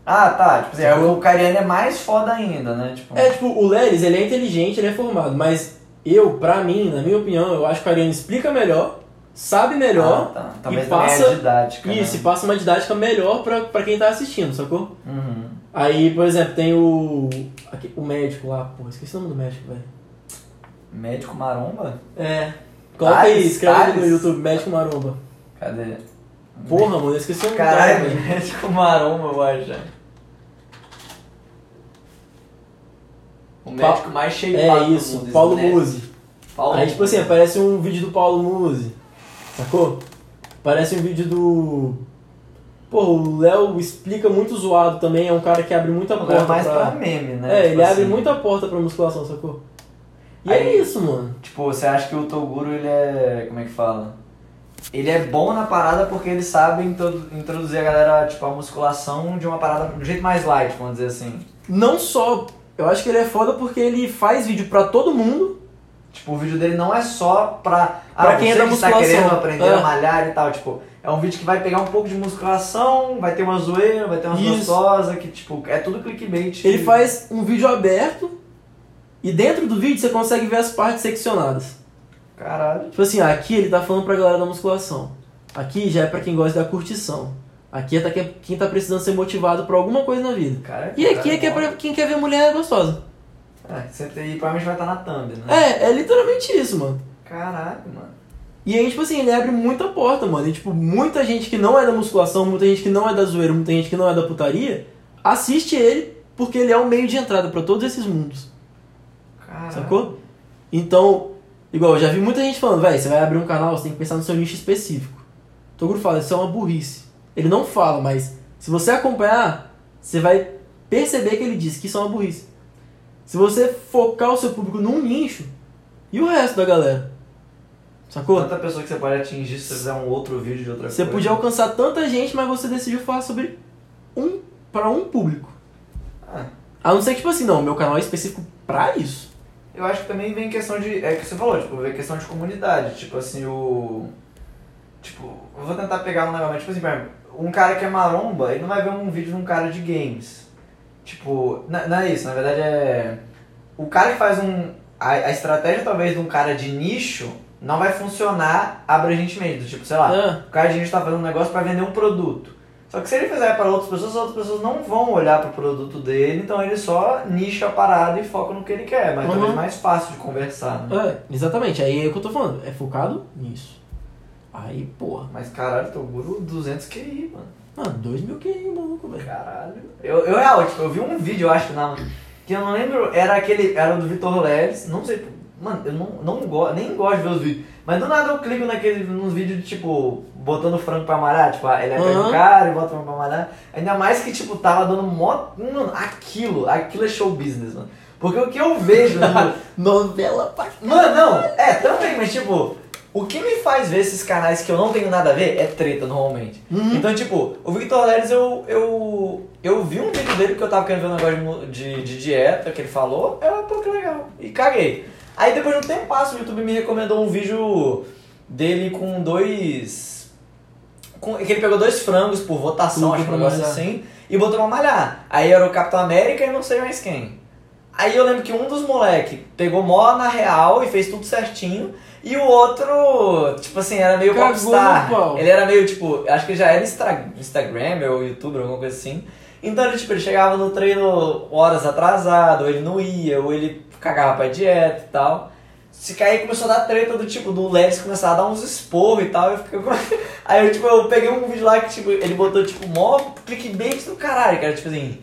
Speaker 1: Ah, tá. Tipo assim, aí o Cariani é mais foda ainda, né? Tipo,
Speaker 3: É, tipo, o Leris, ele é inteligente, ele é formado. Mas eu, pra mim, na minha opinião, eu acho que o Cariani explica melhor, sabe
Speaker 1: ah,
Speaker 3: melhor.
Speaker 1: tá. Talvez
Speaker 3: e
Speaker 1: não
Speaker 3: passa-
Speaker 1: é didática.
Speaker 3: Isso, e
Speaker 1: Né?
Speaker 3: passa uma didática melhor pra, pra quem tá assistindo, sacou?
Speaker 1: Uhum.
Speaker 3: Aí, por exemplo, tem o. aqui- o médico lá, pô, esqueci o nome do médico, velho.
Speaker 1: Médico maromba?
Speaker 3: É. Coloca
Speaker 1: Thales,
Speaker 3: aí, escreve aí no
Speaker 1: Thales.
Speaker 3: YouTube, Médico Maromba.
Speaker 1: Cadê?
Speaker 3: Porra, mano, eu esqueci o nome
Speaker 1: Caralho,
Speaker 3: dela, velho.
Speaker 1: médico maromba, eu acho. O
Speaker 3: Pa-
Speaker 1: médico mais cheio
Speaker 3: É isso, Paulo Muzi.
Speaker 1: Paulo
Speaker 3: Aí, tipo assim, aparece um vídeo do Paulo Muzi, sacou? Parece um vídeo do... Pô, o Léo explica muito zoado também, é um cara que abre muita
Speaker 1: Agora
Speaker 3: porta
Speaker 1: é mais pra...
Speaker 3: pra...
Speaker 1: meme, né?
Speaker 3: É,
Speaker 1: Tipo
Speaker 3: ele abre
Speaker 1: assim,
Speaker 3: muita porta pra musculação, sacou? E
Speaker 1: Aí-
Speaker 3: é isso, mano.
Speaker 1: Tipo, você acha que o Toguro, ele é... Como é que fala? Ele é bom na parada porque ele sabe introdu- introduzir a galera, tipo, a musculação de uma parada de um jeito mais light, vamos dizer assim.
Speaker 3: Não só... Eu acho que ele é foda porque ele faz vídeo pra todo mundo,
Speaker 1: Tipo, o vídeo dele não é só pra, ah,
Speaker 3: Pra quem é
Speaker 1: você
Speaker 3: da
Speaker 1: que está
Speaker 3: musculação.
Speaker 1: querendo aprender a
Speaker 3: É.
Speaker 1: malhar e tal. Tipo, é um vídeo que vai pegar um pouco de musculação, vai ter uma zoeira, vai ter umas
Speaker 3: Isso.
Speaker 1: gostosas, que tipo, é tudo clickbait.
Speaker 3: Ele faz um vídeo aberto e dentro do vídeo você consegue ver as partes seccionadas.
Speaker 1: Caralho.
Speaker 3: Tipo assim, aqui ele tá falando pra galera da musculação. Aqui já é pra quem gosta da curtição. Aqui é pra quem- quem tá precisando ser motivado por alguma coisa na vida.
Speaker 1: Cara,
Speaker 3: E aqui é que é
Speaker 1: bom.
Speaker 3: pra quem quer ver mulher gostosa.
Speaker 1: É, sempre aí provavelmente vai estar na thumb, né?
Speaker 3: É, é literalmente isso, mano.
Speaker 1: Caralho, mano.
Speaker 3: E aí, tipo assim, ele abre muita porta, mano. E, tipo, muita gente que não é da musculação, muita gente que não é da zoeira, muita gente que não é da putaria, assiste ele porque ele é um meio de entrada pra todos esses mundos.
Speaker 1: Caralho.
Speaker 3: Sacou? Então, igual, eu já vi muita gente falando, velho, você vai abrir um canal, você tem que pensar no seu nicho específico. Toguro fala, isso é uma burrice. Ele não fala, mas se você acompanhar, você vai perceber que ele diz que isso é uma burrice. Se você focar o seu público num nicho, e o resto da galera? Sacou?
Speaker 1: Quanta pessoa que você pode atingir se você fizer um outro vídeo de outra
Speaker 3: Você
Speaker 1: coisa.
Speaker 3: podia alcançar tanta gente, mas você decidiu falar sobre um para um público.
Speaker 1: Ah.
Speaker 3: A não ser que, tipo assim, não, meu canal é específico pra isso.
Speaker 1: Eu acho que também vem questão de. É o que você falou, tipo, vem questão de comunidade. Tipo assim, o. Tipo, eu vou tentar pegar um negócio, mas, tipo assim, por exemplo, um cara que é maromba, ele não vai ver um vídeo de um cara de games. Tipo, na- não, é isso, na verdade é. O cara que faz um. A, a estratégia talvez de um cara de nicho não vai funcionar abrangentemente. do Tipo, sei lá,
Speaker 3: Ah.
Speaker 1: o cara de nicho tá fazendo um negócio pra vender um produto. Só que se ele fizer para outras pessoas, as outras pessoas não vão olhar pro produto dele, então ele só nicha a parada e foca no que ele quer, mas
Speaker 3: Uhum.
Speaker 1: talvez mais fácil de conversar, né?
Speaker 3: É, exatamente, aí é o que eu tô falando, é focado nisso. Aí, porra,
Speaker 1: Mas caralho, um Toguro 200 QI, mano.
Speaker 3: mano, 2 mil que é maluco, velho.
Speaker 1: Caralho. Eu, eu real, tipo, eu vi um vídeo, eu acho, na, que eu não lembro, era aquele, era o do Vitor Leves, não sei, mano, eu não, não go, nem gosto de ver os vídeos, mas do nada eu clico naquele, nos vídeos de, tipo, botando frango pra amalhar, tipo, ah, ele é
Speaker 3: Aham.
Speaker 1: uhum. cara e bota frango pra amalhar, ainda mais que, tipo, tava dando mó, mano, aquilo, aquilo é show business, mano. Porque o que eu vejo no,
Speaker 3: Novela pra
Speaker 1: Mano, não, é, também, mas tipo, o que me faz ver esses canais que eu não tenho nada a ver é treta normalmente.
Speaker 3: Uhum.
Speaker 1: Então, tipo, o Victor Leres, eu, eu. Eu vi um vídeo dele que eu tava querendo ver um negócio de mu- de, de dieta que ele falou, eu, pô, que legal. E caguei. Aí depois de um tempo passo, o YouTube me recomendou um vídeo dele com dois. Com, que ele pegou dois frangos por votação,
Speaker 3: Tudo
Speaker 1: acho que um
Speaker 3: pra
Speaker 1: negócio
Speaker 3: malhar.
Speaker 1: assim, e botou pra malhar. Aí era o Capitão América e não sei mais quem. Aí eu lembro que um dos moleque pegou mó na real e fez tudo certinho. E o outro, tipo assim, era meio
Speaker 3: Cagou
Speaker 1: popstar.
Speaker 3: no pau.
Speaker 1: Ele era meio, tipo, acho que já era Instra Instagram ou YouTuber, alguma coisa assim. Então ele, tipo, ele chegava no treino horas atrasado, ou ele não ia, ou ele cagava pra dieta e tal. Se cair começou a dar treta do tipo, do Leris começar a dar uns esporros e tal, eu fiquei. Aí eu, tipo, eu peguei um vídeo lá que, tipo, ele botou, tipo, mó clickbait do caralho, cara, tipo assim.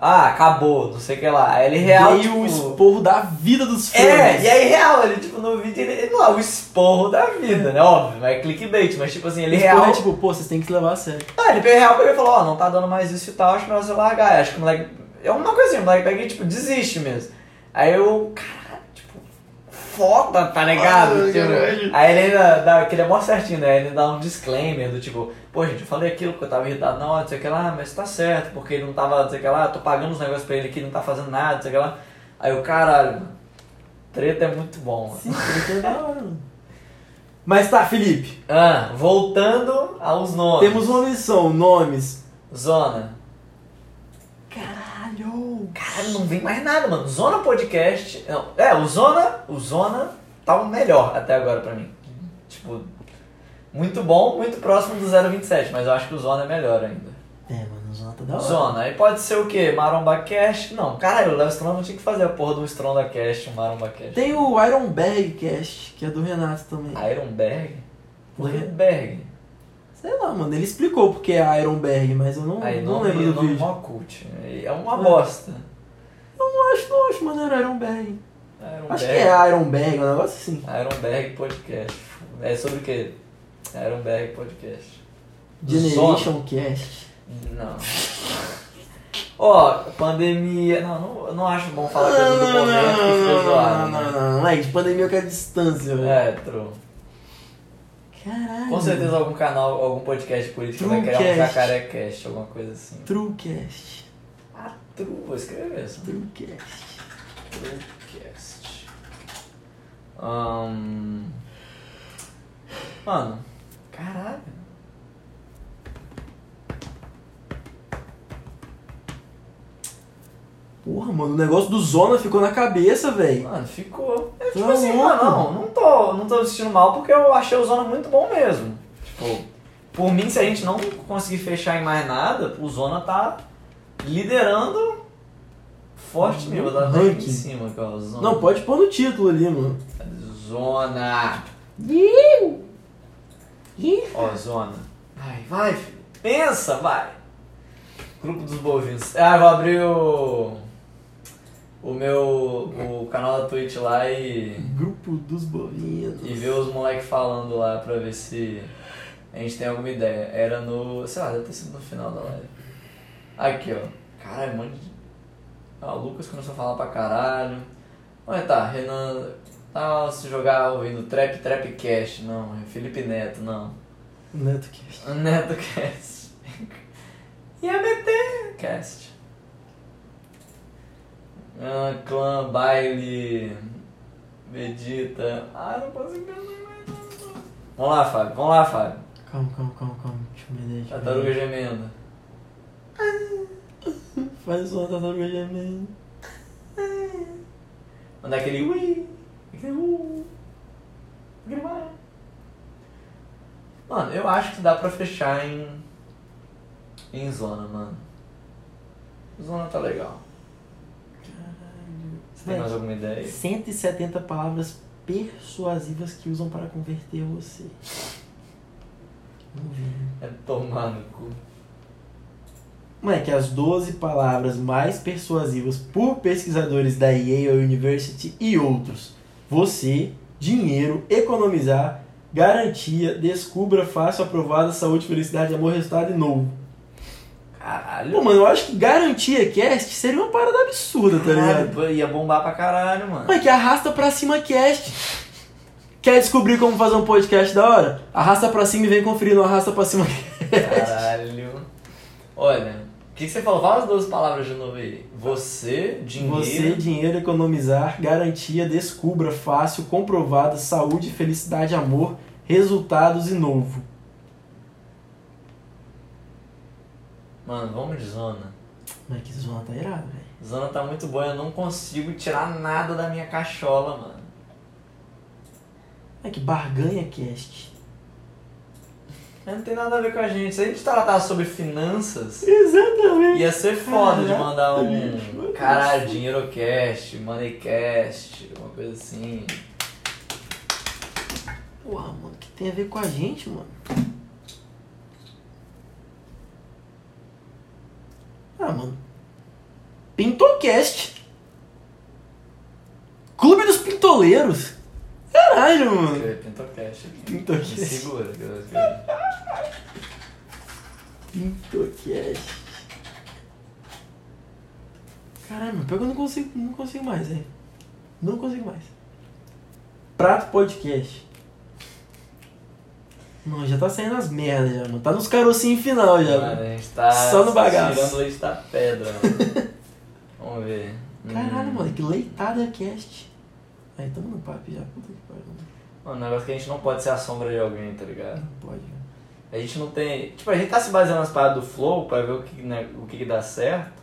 Speaker 1: Ah, acabou, não sei o que lá. Aí ele real.
Speaker 3: E
Speaker 1: tipo,
Speaker 3: o É um esporro da vida dos fãs.
Speaker 1: é, e aí real, ele tipo no vídeo, ele, ele lá, o esporro da vida, né? Óbvio, mas é clickbait, mas tipo assim, ele real.
Speaker 3: é tipo, pô, vocês têm que se levar a sério.
Speaker 1: Ah, ele pegou real pegou e falou, ó, não tá dando mais isso e tal, acho melhor você largar. Acho que o moleque. É uma coisinha, o moleque pega e tipo, desiste mesmo. Aí eu, caralho, tipo, foda, tá ligado?
Speaker 4: Ai,
Speaker 1: Tipo,
Speaker 4: caralho.
Speaker 1: aí ele ainda dá, que ele é mó certinho, né? Ele dá um disclaimer do tipo, pô, gente, eu falei aquilo porque eu tava irritado, não, não sei o que lá, mas tá certo, porque ele não tava, não sei o que lá, eu tô pagando os negócios pra ele aqui, não tá fazendo nada, não sei o que lá. Aí eu, caralho, mano, treta é muito bom, mano.
Speaker 3: Sim, é da hora, mano. Mas tá, Felipe,
Speaker 1: Ah, voltando aos nomes.
Speaker 3: temos uma missão, nomes.
Speaker 1: Zona.
Speaker 3: Caralho!
Speaker 1: Caralho, não vem mais nada, mano. Zona Podcast. Não, é, o Zona. O Zona tá o melhor até agora pra mim. Tipo, muito bom, muito próximo do 027, mas eu acho que o Zona é melhor ainda.
Speaker 3: É, mano, zona tá da hora.
Speaker 1: Zona, aí pode ser o quê? Maromba Cash? Não, caralho, o Léo Stronda tinha que fazer a porra do Stronda Cash, um Maromba Cash.
Speaker 3: Tem o Iron Bag Cast, que é do Renato também.
Speaker 1: Ironberg?
Speaker 3: Por quê?
Speaker 1: Ironberg.
Speaker 3: Sei lá, mano, ele explicou porque é Iron Bag, mas eu não,
Speaker 1: Aí
Speaker 3: não
Speaker 1: nome,
Speaker 3: lembro do
Speaker 1: nome
Speaker 3: vídeo.
Speaker 1: mó cult. É uma
Speaker 3: É.
Speaker 1: bosta.
Speaker 3: Eu não acho, não acho, mano, era Iron Bag.
Speaker 1: Ironberg.
Speaker 3: Acho que é Iron Bag, um negócio assim.
Speaker 1: Ironberg Podcast. É sobre o quê? Ironberg Podcast.
Speaker 3: Generation Cast.
Speaker 1: Não. Ó, pandemia. Não, não, não acho é bom falar coisa do momento que foi zoado.
Speaker 3: não,
Speaker 1: né?
Speaker 3: não, não, não, é de pandemia eu quero distância, velho.
Speaker 1: É, true.
Speaker 3: Caralho.
Speaker 1: É. Com certeza algum canal, algum podcast político vai criar um
Speaker 3: Truecast.
Speaker 1: jacarecast, alguma coisa assim.
Speaker 3: Truecast.
Speaker 1: Ah, true, vou escrever isso.
Speaker 3: Truecast.
Speaker 1: Truecast. Ahn. Mano, caralho.
Speaker 3: Porra, mano, o negócio do Zona ficou na cabeça, velho.
Speaker 1: Mano, ficou. É
Speaker 3: Tá
Speaker 1: tipo assim,
Speaker 3: louco.
Speaker 1: mano, não, não tô, não tô me sentindo mal porque eu achei o Zona muito bom mesmo. Tipo, por mim, se a gente não conseguir fechar em mais nada, o Zona tá liderando forte mesmo. Vou dar até aqui
Speaker 3: Uhum. Ranking.
Speaker 1: em cima, cara. o Zona.
Speaker 3: Não, pode pôr no título ali, mano.
Speaker 1: Zona. Ó, Zona. Vai, vai, filho. Pensa, vai. Grupo dos bovinos. Ah, eu vou abrir o. O meu. O canal da Twitch lá e.
Speaker 3: Grupo dos bovinos.
Speaker 1: E ver os moleques falando lá pra ver se a gente tem alguma ideia. Era no. sei lá, deve ter sido no final da live. Aqui, ó. Caralho, um monte de. Ah, o Lucas começou a falar pra caralho. Olha tá, Renan. Ah, se jogar ouvindo Trap Trap Cash, não. Felipe Neto, não.
Speaker 3: Neto Cast.
Speaker 1: Neto é Cast. E ABT Cast. Ah, clã, baile, Vegeta. Ah, não consigo pensar em mais nada. Vamos lá, Fábio. Vamos lá, Fábio.
Speaker 3: Calma, calma, calma, calma. Deixa eu me deixa eu me-
Speaker 1: Tartaruga gemendo.
Speaker 3: Faz uma tartaruga gemendo.
Speaker 1: Mandar aquele ui. Aquele uh. Aquele vai. Mano, eu acho que dá pra fechar em. Em zona, mano. Zona tá legal. Você tem
Speaker 3: Vai.
Speaker 1: mais alguma ideia?
Speaker 3: 170 palavras persuasivas que usam para converter você. Vamos ver.
Speaker 1: É tomar no cu.
Speaker 3: Moleque, as 12 palavras mais persuasivas por pesquisadores da Yale University e outros. Você, dinheiro, economizar, garantia, descubra, fácil, aprovada, saúde, felicidade, amor, resultado e novo. Pô,
Speaker 1: Caralho.
Speaker 3: mano, eu acho que garantia cast seria uma parada absurda, tá ligado?
Speaker 1: Caralho, ia bombar pra caralho, mano.
Speaker 3: Mano, que arrasta pra cima cast. Quer descobrir como fazer um podcast da hora? Arrasta pra cima e vem conferir no Arrasta pra cima cast.
Speaker 1: Caralho. Olha, o que, que você falou? Fala as duas palavras de novo aí. Você, dinheiro.
Speaker 3: Você, dinheiro, economizar, garantia, descubra, fácil, comprovada, saúde, felicidade, amor, resultados e novo.
Speaker 1: Mano, vamos de zona.
Speaker 3: Mano, que zona tá irado, velho.
Speaker 1: Zona tá muito boa, eu não consigo tirar nada da minha cachola, mano.
Speaker 3: Mano, que barganha cast.
Speaker 1: Mas não tem nada a ver com a gente. Se a gente tratasse sobre finanças,
Speaker 3: Exatamente.
Speaker 1: ia ser foda de
Speaker 3: Caralho,
Speaker 1: mandar um.
Speaker 3: bicho.
Speaker 1: Caralho, dinheirocast, moneycast, uma coisa assim.
Speaker 3: Porra, mano, que tem a ver com a gente, mano? Ah, mano. Pintocast. Clube dos Pintoleiros. Caralho, mano.
Speaker 1: Escrever Pintocast aqui.
Speaker 3: Pintocast.
Speaker 1: Me segura, que eu vou escrever.
Speaker 3: Pintocast. Caralho, meu, pior que eu não consigo, não consigo mais, hein? Não consigo mais. Prato Podcast. Não, já tá saindo as merdas já, mano. Tá nos carocinhos final já,
Speaker 1: Mano,
Speaker 3: mano.
Speaker 1: a gente tá
Speaker 3: Só no bagaço.
Speaker 1: tirando leite da pedra. mano. Vamos ver.
Speaker 3: Caralho,
Speaker 1: Hum.
Speaker 3: mano, que leitada cast. Aí tamo no papo já. Puta que pariu. mano.
Speaker 1: Mano, o negócio é que a gente não pode ser a sombra de alguém, tá ligado?
Speaker 3: Não pode, né? cara.
Speaker 1: A gente não tem. Tipo, a gente tá se baseando nas paradas do flow pra ver o que, né, o que, que dá certo.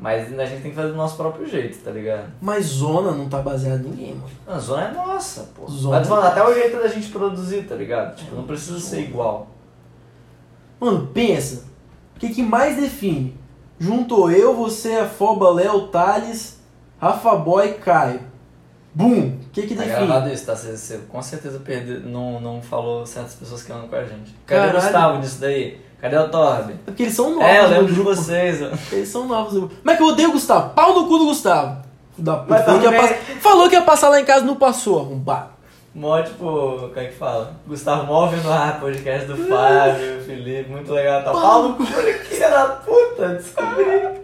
Speaker 1: Mas a gente tem que fazer do nosso próprio jeito, tá ligado?
Speaker 3: Mas Zona não tá baseado em ninguém, mano.
Speaker 1: Mano, a zona é nossa, pô.
Speaker 3: Zona
Speaker 1: Mas,
Speaker 3: é
Speaker 1: mano, até
Speaker 3: nossa.
Speaker 1: o jeito da tá gente produzir, tá ligado? Tipo, não precisa ser igual.
Speaker 3: Mano, pensa. O que, que mais define? Juntou eu, você, a Foba, Léo, Thales, Rafa Boy, Caio. Bum! O que, que
Speaker 1: Tá
Speaker 3: define?
Speaker 1: gravado isso, tá? Você, você com certeza perdeu, não, não falou certas pessoas que andam com a gente. Cadê o
Speaker 3: Caralho.
Speaker 1: Gustavo nisso daí? Cadê o Torbe?
Speaker 3: Porque eles são novos.
Speaker 1: É, eu
Speaker 3: no
Speaker 1: lembro de
Speaker 3: grupo.
Speaker 1: vocês. ó.
Speaker 3: Eles são novos. no grupo. Mas que eu odeio o Gustavo. Pau no cu do Gustavo. Filho Da puta.
Speaker 1: Mas
Speaker 3: Falou que, ia
Speaker 1: também-
Speaker 3: passar, falou que ia passar lá em casa, não passou, arrombado.
Speaker 1: Mó, tipo, como é que fala? Gustavo mó ouvindo ah, podcast do Fábio, Felipe, muito legal. Tá Paulo, olha que filha da puta, descobri.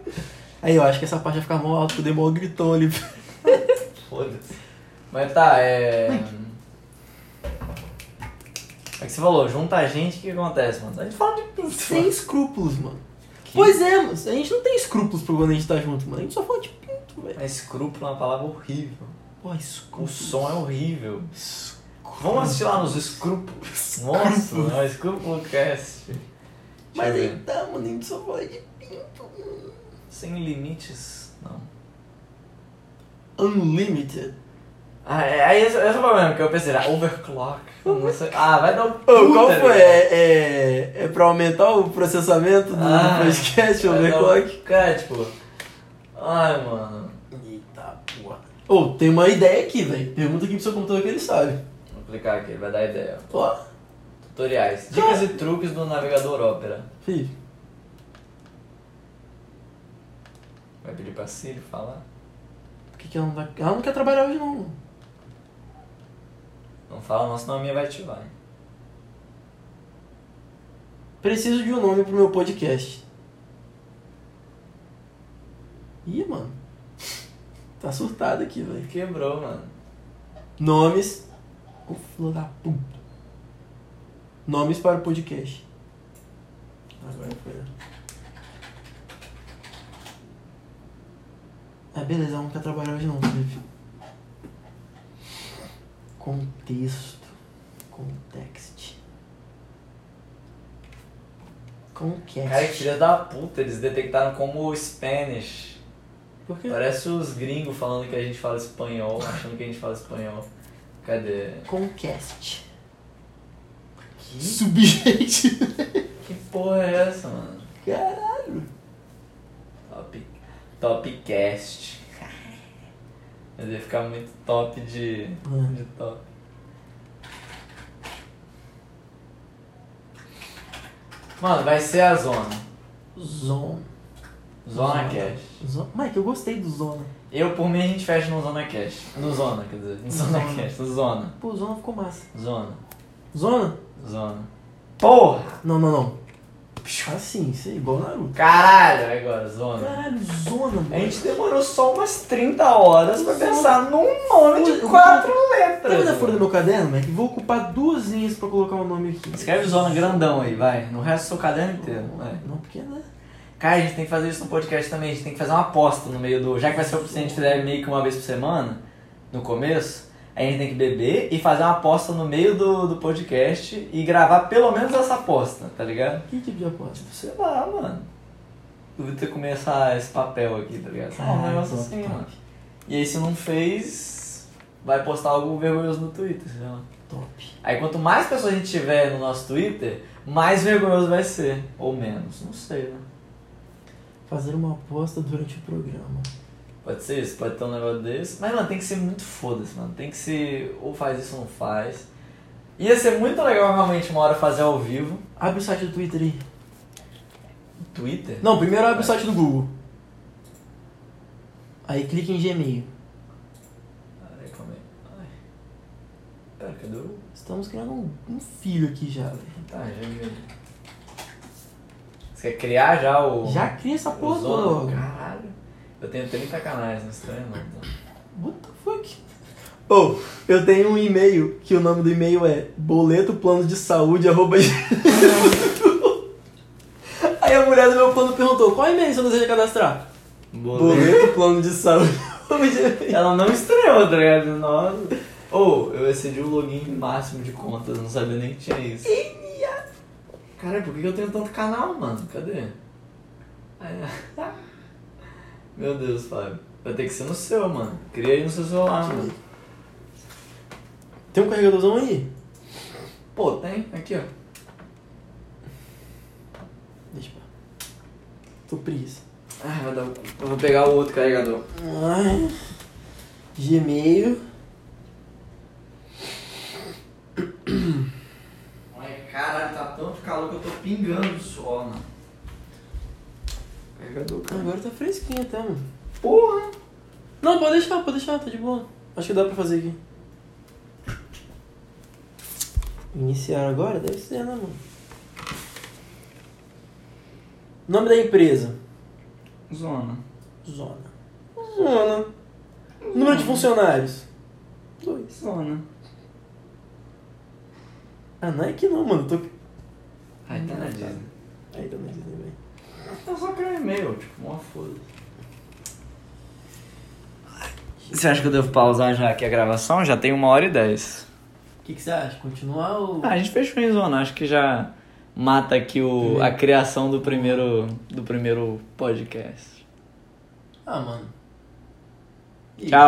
Speaker 3: Aí eu acho que essa parte vai ficar mó alto, que eu dei mó gritão ali.
Speaker 1: Foda-se. Mas tá, é. É que você falou, junta a gente, o que acontece, mano? A gente fala de pinto,
Speaker 3: Sem
Speaker 1: mano.
Speaker 3: escrúpulos, mano.
Speaker 1: Que-
Speaker 3: Pois é, mano. A gente não tem escrúpulos pra quando a gente tá junto, mano. A gente só fala de pinto, velho.
Speaker 1: Mas escrúpulo é uma palavra horrível.
Speaker 3: Pô,
Speaker 1: O
Speaker 3: escrúpulos.
Speaker 1: som é horrível. Vamos assistir lá nos escrúpulos.
Speaker 3: assim?
Speaker 1: Nossa, não, escrúpulo cast. Deixa
Speaker 3: Mas
Speaker 1: eu ver.
Speaker 3: aí tá, mano. A gente só fala de pinto, mano.
Speaker 1: Sem limites, não.
Speaker 3: Unlimited.
Speaker 1: Ah, é, aí esse, esse é o problema, porque eu pensei, ah, overclock. Não sei. Ah, vai dar um.
Speaker 3: Ô,
Speaker 1: puta,
Speaker 3: qual
Speaker 1: né?
Speaker 3: foi? É, é, é pra aumentar o processamento do
Speaker 1: Ah,
Speaker 3: podcast, o
Speaker 1: Vai dar um-
Speaker 3: overclock?
Speaker 1: Cara, tipo. Ai, mano.
Speaker 3: Eita porra. Ô, tem uma ideia aqui, velho. Pergunta aqui pro seu computador que ele sabe.
Speaker 1: Vou clicar aqui, vai dar ideia.
Speaker 3: Ó,
Speaker 1: Tutoriais. Dicas e truques do navegador Opera.
Speaker 3: filho.
Speaker 1: Vai pedir pra Siri falar?
Speaker 3: Por que, que ela não vai. Ela não quer trabalhar hoje, não.
Speaker 1: Não fala, não, senão a minha vai ativar. hein?
Speaker 3: Preciso de um nome pro meu podcast. Ih, mano. Tá surtado aqui, velho.
Speaker 1: Quebrou, mano.
Speaker 3: Nomes. Ô, filho da puta. Nomes para o podcast. Agora foi. né? Ah, beleza, ela não quer trabalhar hoje não, Felipe. Contexto. Context. Conquest.
Speaker 1: Cara, que filha da puta, eles detectaram como Spanish.
Speaker 3: Por quê?
Speaker 1: Parece os gringos falando que a gente fala espanhol, achando que a gente fala espanhol. Cadê?
Speaker 3: Conquest.
Speaker 1: Que,
Speaker 3: Subjeto.
Speaker 1: que porra é essa, mano?
Speaker 3: Caralho.
Speaker 1: Top, topcast. Mas ia ficar muito top de,
Speaker 3: Hum.
Speaker 1: de top. Mano, vai ser a zona.
Speaker 3: Zona.
Speaker 1: Zona
Speaker 3: Zona.
Speaker 1: Cast.
Speaker 3: Zona. Mike, eu gostei do Zona.
Speaker 1: Eu, por mim, a gente fecha no Zona Cast. No Zona, quer dizer. No Zona
Speaker 3: Zona.
Speaker 1: Cast. No Zona.
Speaker 3: Pô, Zona ficou massa.
Speaker 1: Zona.
Speaker 3: Zona?
Speaker 1: Zona. Porra!
Speaker 3: Não, não, não. Assim, isso é igual Naruto.
Speaker 1: Caralho! Agora, Zona.
Speaker 3: Caralho, Zona, mano.
Speaker 1: A gente tá demorou só umas 30 horas pra
Speaker 3: Zona.
Speaker 1: pensar num nome
Speaker 3: Eu
Speaker 1: de
Speaker 3: vou-
Speaker 1: quatro
Speaker 3: Tá vendo a
Speaker 1: letras.
Speaker 3: folha do meu caderno, Mike? Vou ocupar duas linhas pra colocar o nome aqui.
Speaker 1: Escreve Zona grandão aí, vai. No resto do seu caderno inteiro. Vai.
Speaker 3: Não, porque né?
Speaker 1: Cara, a gente tem que fazer isso no podcast também. A gente tem que fazer uma aposta no meio do. Já que vai ser se a gente fizer meio que uma vez por semana, no começo, aí a gente tem que beber e fazer uma aposta no meio do, do podcast e gravar pelo menos essa aposta, tá ligado?
Speaker 3: Que tipo de aposta?
Speaker 1: Sei lá, mano. Duvido ter começar esse papel aqui, tá ligado? Só um
Speaker 3: Caralho,
Speaker 1: negócio
Speaker 3: top.
Speaker 1: assim, mano. E aí se não fez, vai postar algo vergonhoso no Twitter, sei lá.
Speaker 3: Top.
Speaker 1: Aí quanto mais pessoas a gente tiver no nosso Twitter, mais vergonhoso vai ser. Ou menos, não sei, né?
Speaker 3: Fazer uma aposta durante o programa.
Speaker 1: Pode ser isso, pode ter um negócio desse. Mas, mano, tem que ser muito foda-se, mano. Tem que ser ou faz isso ou não faz. Ia ser muito legal realmente uma hora fazer ao vivo.
Speaker 3: Abre o site do Twitter aí.
Speaker 1: Twitter?
Speaker 3: Não, primeiro abre o site do Google. Aí clica em Gmail.
Speaker 1: Ai, calma aí. Ai. Pera, cadê o.
Speaker 3: Estamos criando um, um filho aqui já, velho.
Speaker 1: Tá, já vi. Você quer criar já o.
Speaker 3: Já cria essa
Speaker 1: o
Speaker 3: porra
Speaker 1: Zona?
Speaker 3: toda logo.
Speaker 1: Caralho. Eu tenho 30 canais, não estranho, não. Então.
Speaker 3: What the fuck? Ou, eu tenho um e-mail que o nome do e-mail é boleto plano de saúde arroba gmail.com. Aí a mulher do meu plano perguntou: qual e-mail você deseja cadastrar? Boleto plano de saúde arroba gmail.
Speaker 1: Ela não estreou, tá ligado? Nossa. Ou eu excedi o login máximo de contas, não sabia nem que tinha isso. Caralho, por que que eu tenho tanto canal, mano? Cadê? Ai, ah. Meu Deus, Fábio. Vai ter que ser no seu, mano. Cria aí no seu celular, mano.
Speaker 3: Tem um carregadorzão aí?
Speaker 1: Pô, tem. Aqui, ó.
Speaker 3: Deixa eu ver. Tô preguiça.
Speaker 1: Ah, vai dar o cu. Eu vou pegar o outro carregador.
Speaker 3: Ai, Gmail.
Speaker 5: Ai, caralho, tá tanto calor que eu tô pingando de suor, mano.
Speaker 1: Carregador, cara.
Speaker 3: Agora tá fresquinho até, mano.
Speaker 5: Porra!
Speaker 3: Não, pode deixar, pode deixar, tá de boa. Acho que dá pra fazer aqui. Iniciar agora? Deve ser, né, mano? Nome da empresa.
Speaker 5: Zona.
Speaker 3: Zona. Zona. Número de funcionários. Dois.
Speaker 5: Zona.
Speaker 3: Ah, não é que não, mano. Tô...
Speaker 5: Ai, tá na Disney.
Speaker 3: Aí também Disney, né, velho.
Speaker 5: Tá só criando e-mail, tipo, uma foda.
Speaker 1: Você acha que eu devo pausar já aqui a gravação? Já tem uma hora e dez.
Speaker 3: O que, que você acha? Continuar ou.
Speaker 1: Ah, a gente fechou em zona. Acho que já mata aqui o, a criação do primeiro, do primeiro podcast.
Speaker 3: Ah, mano.
Speaker 1: Tchau.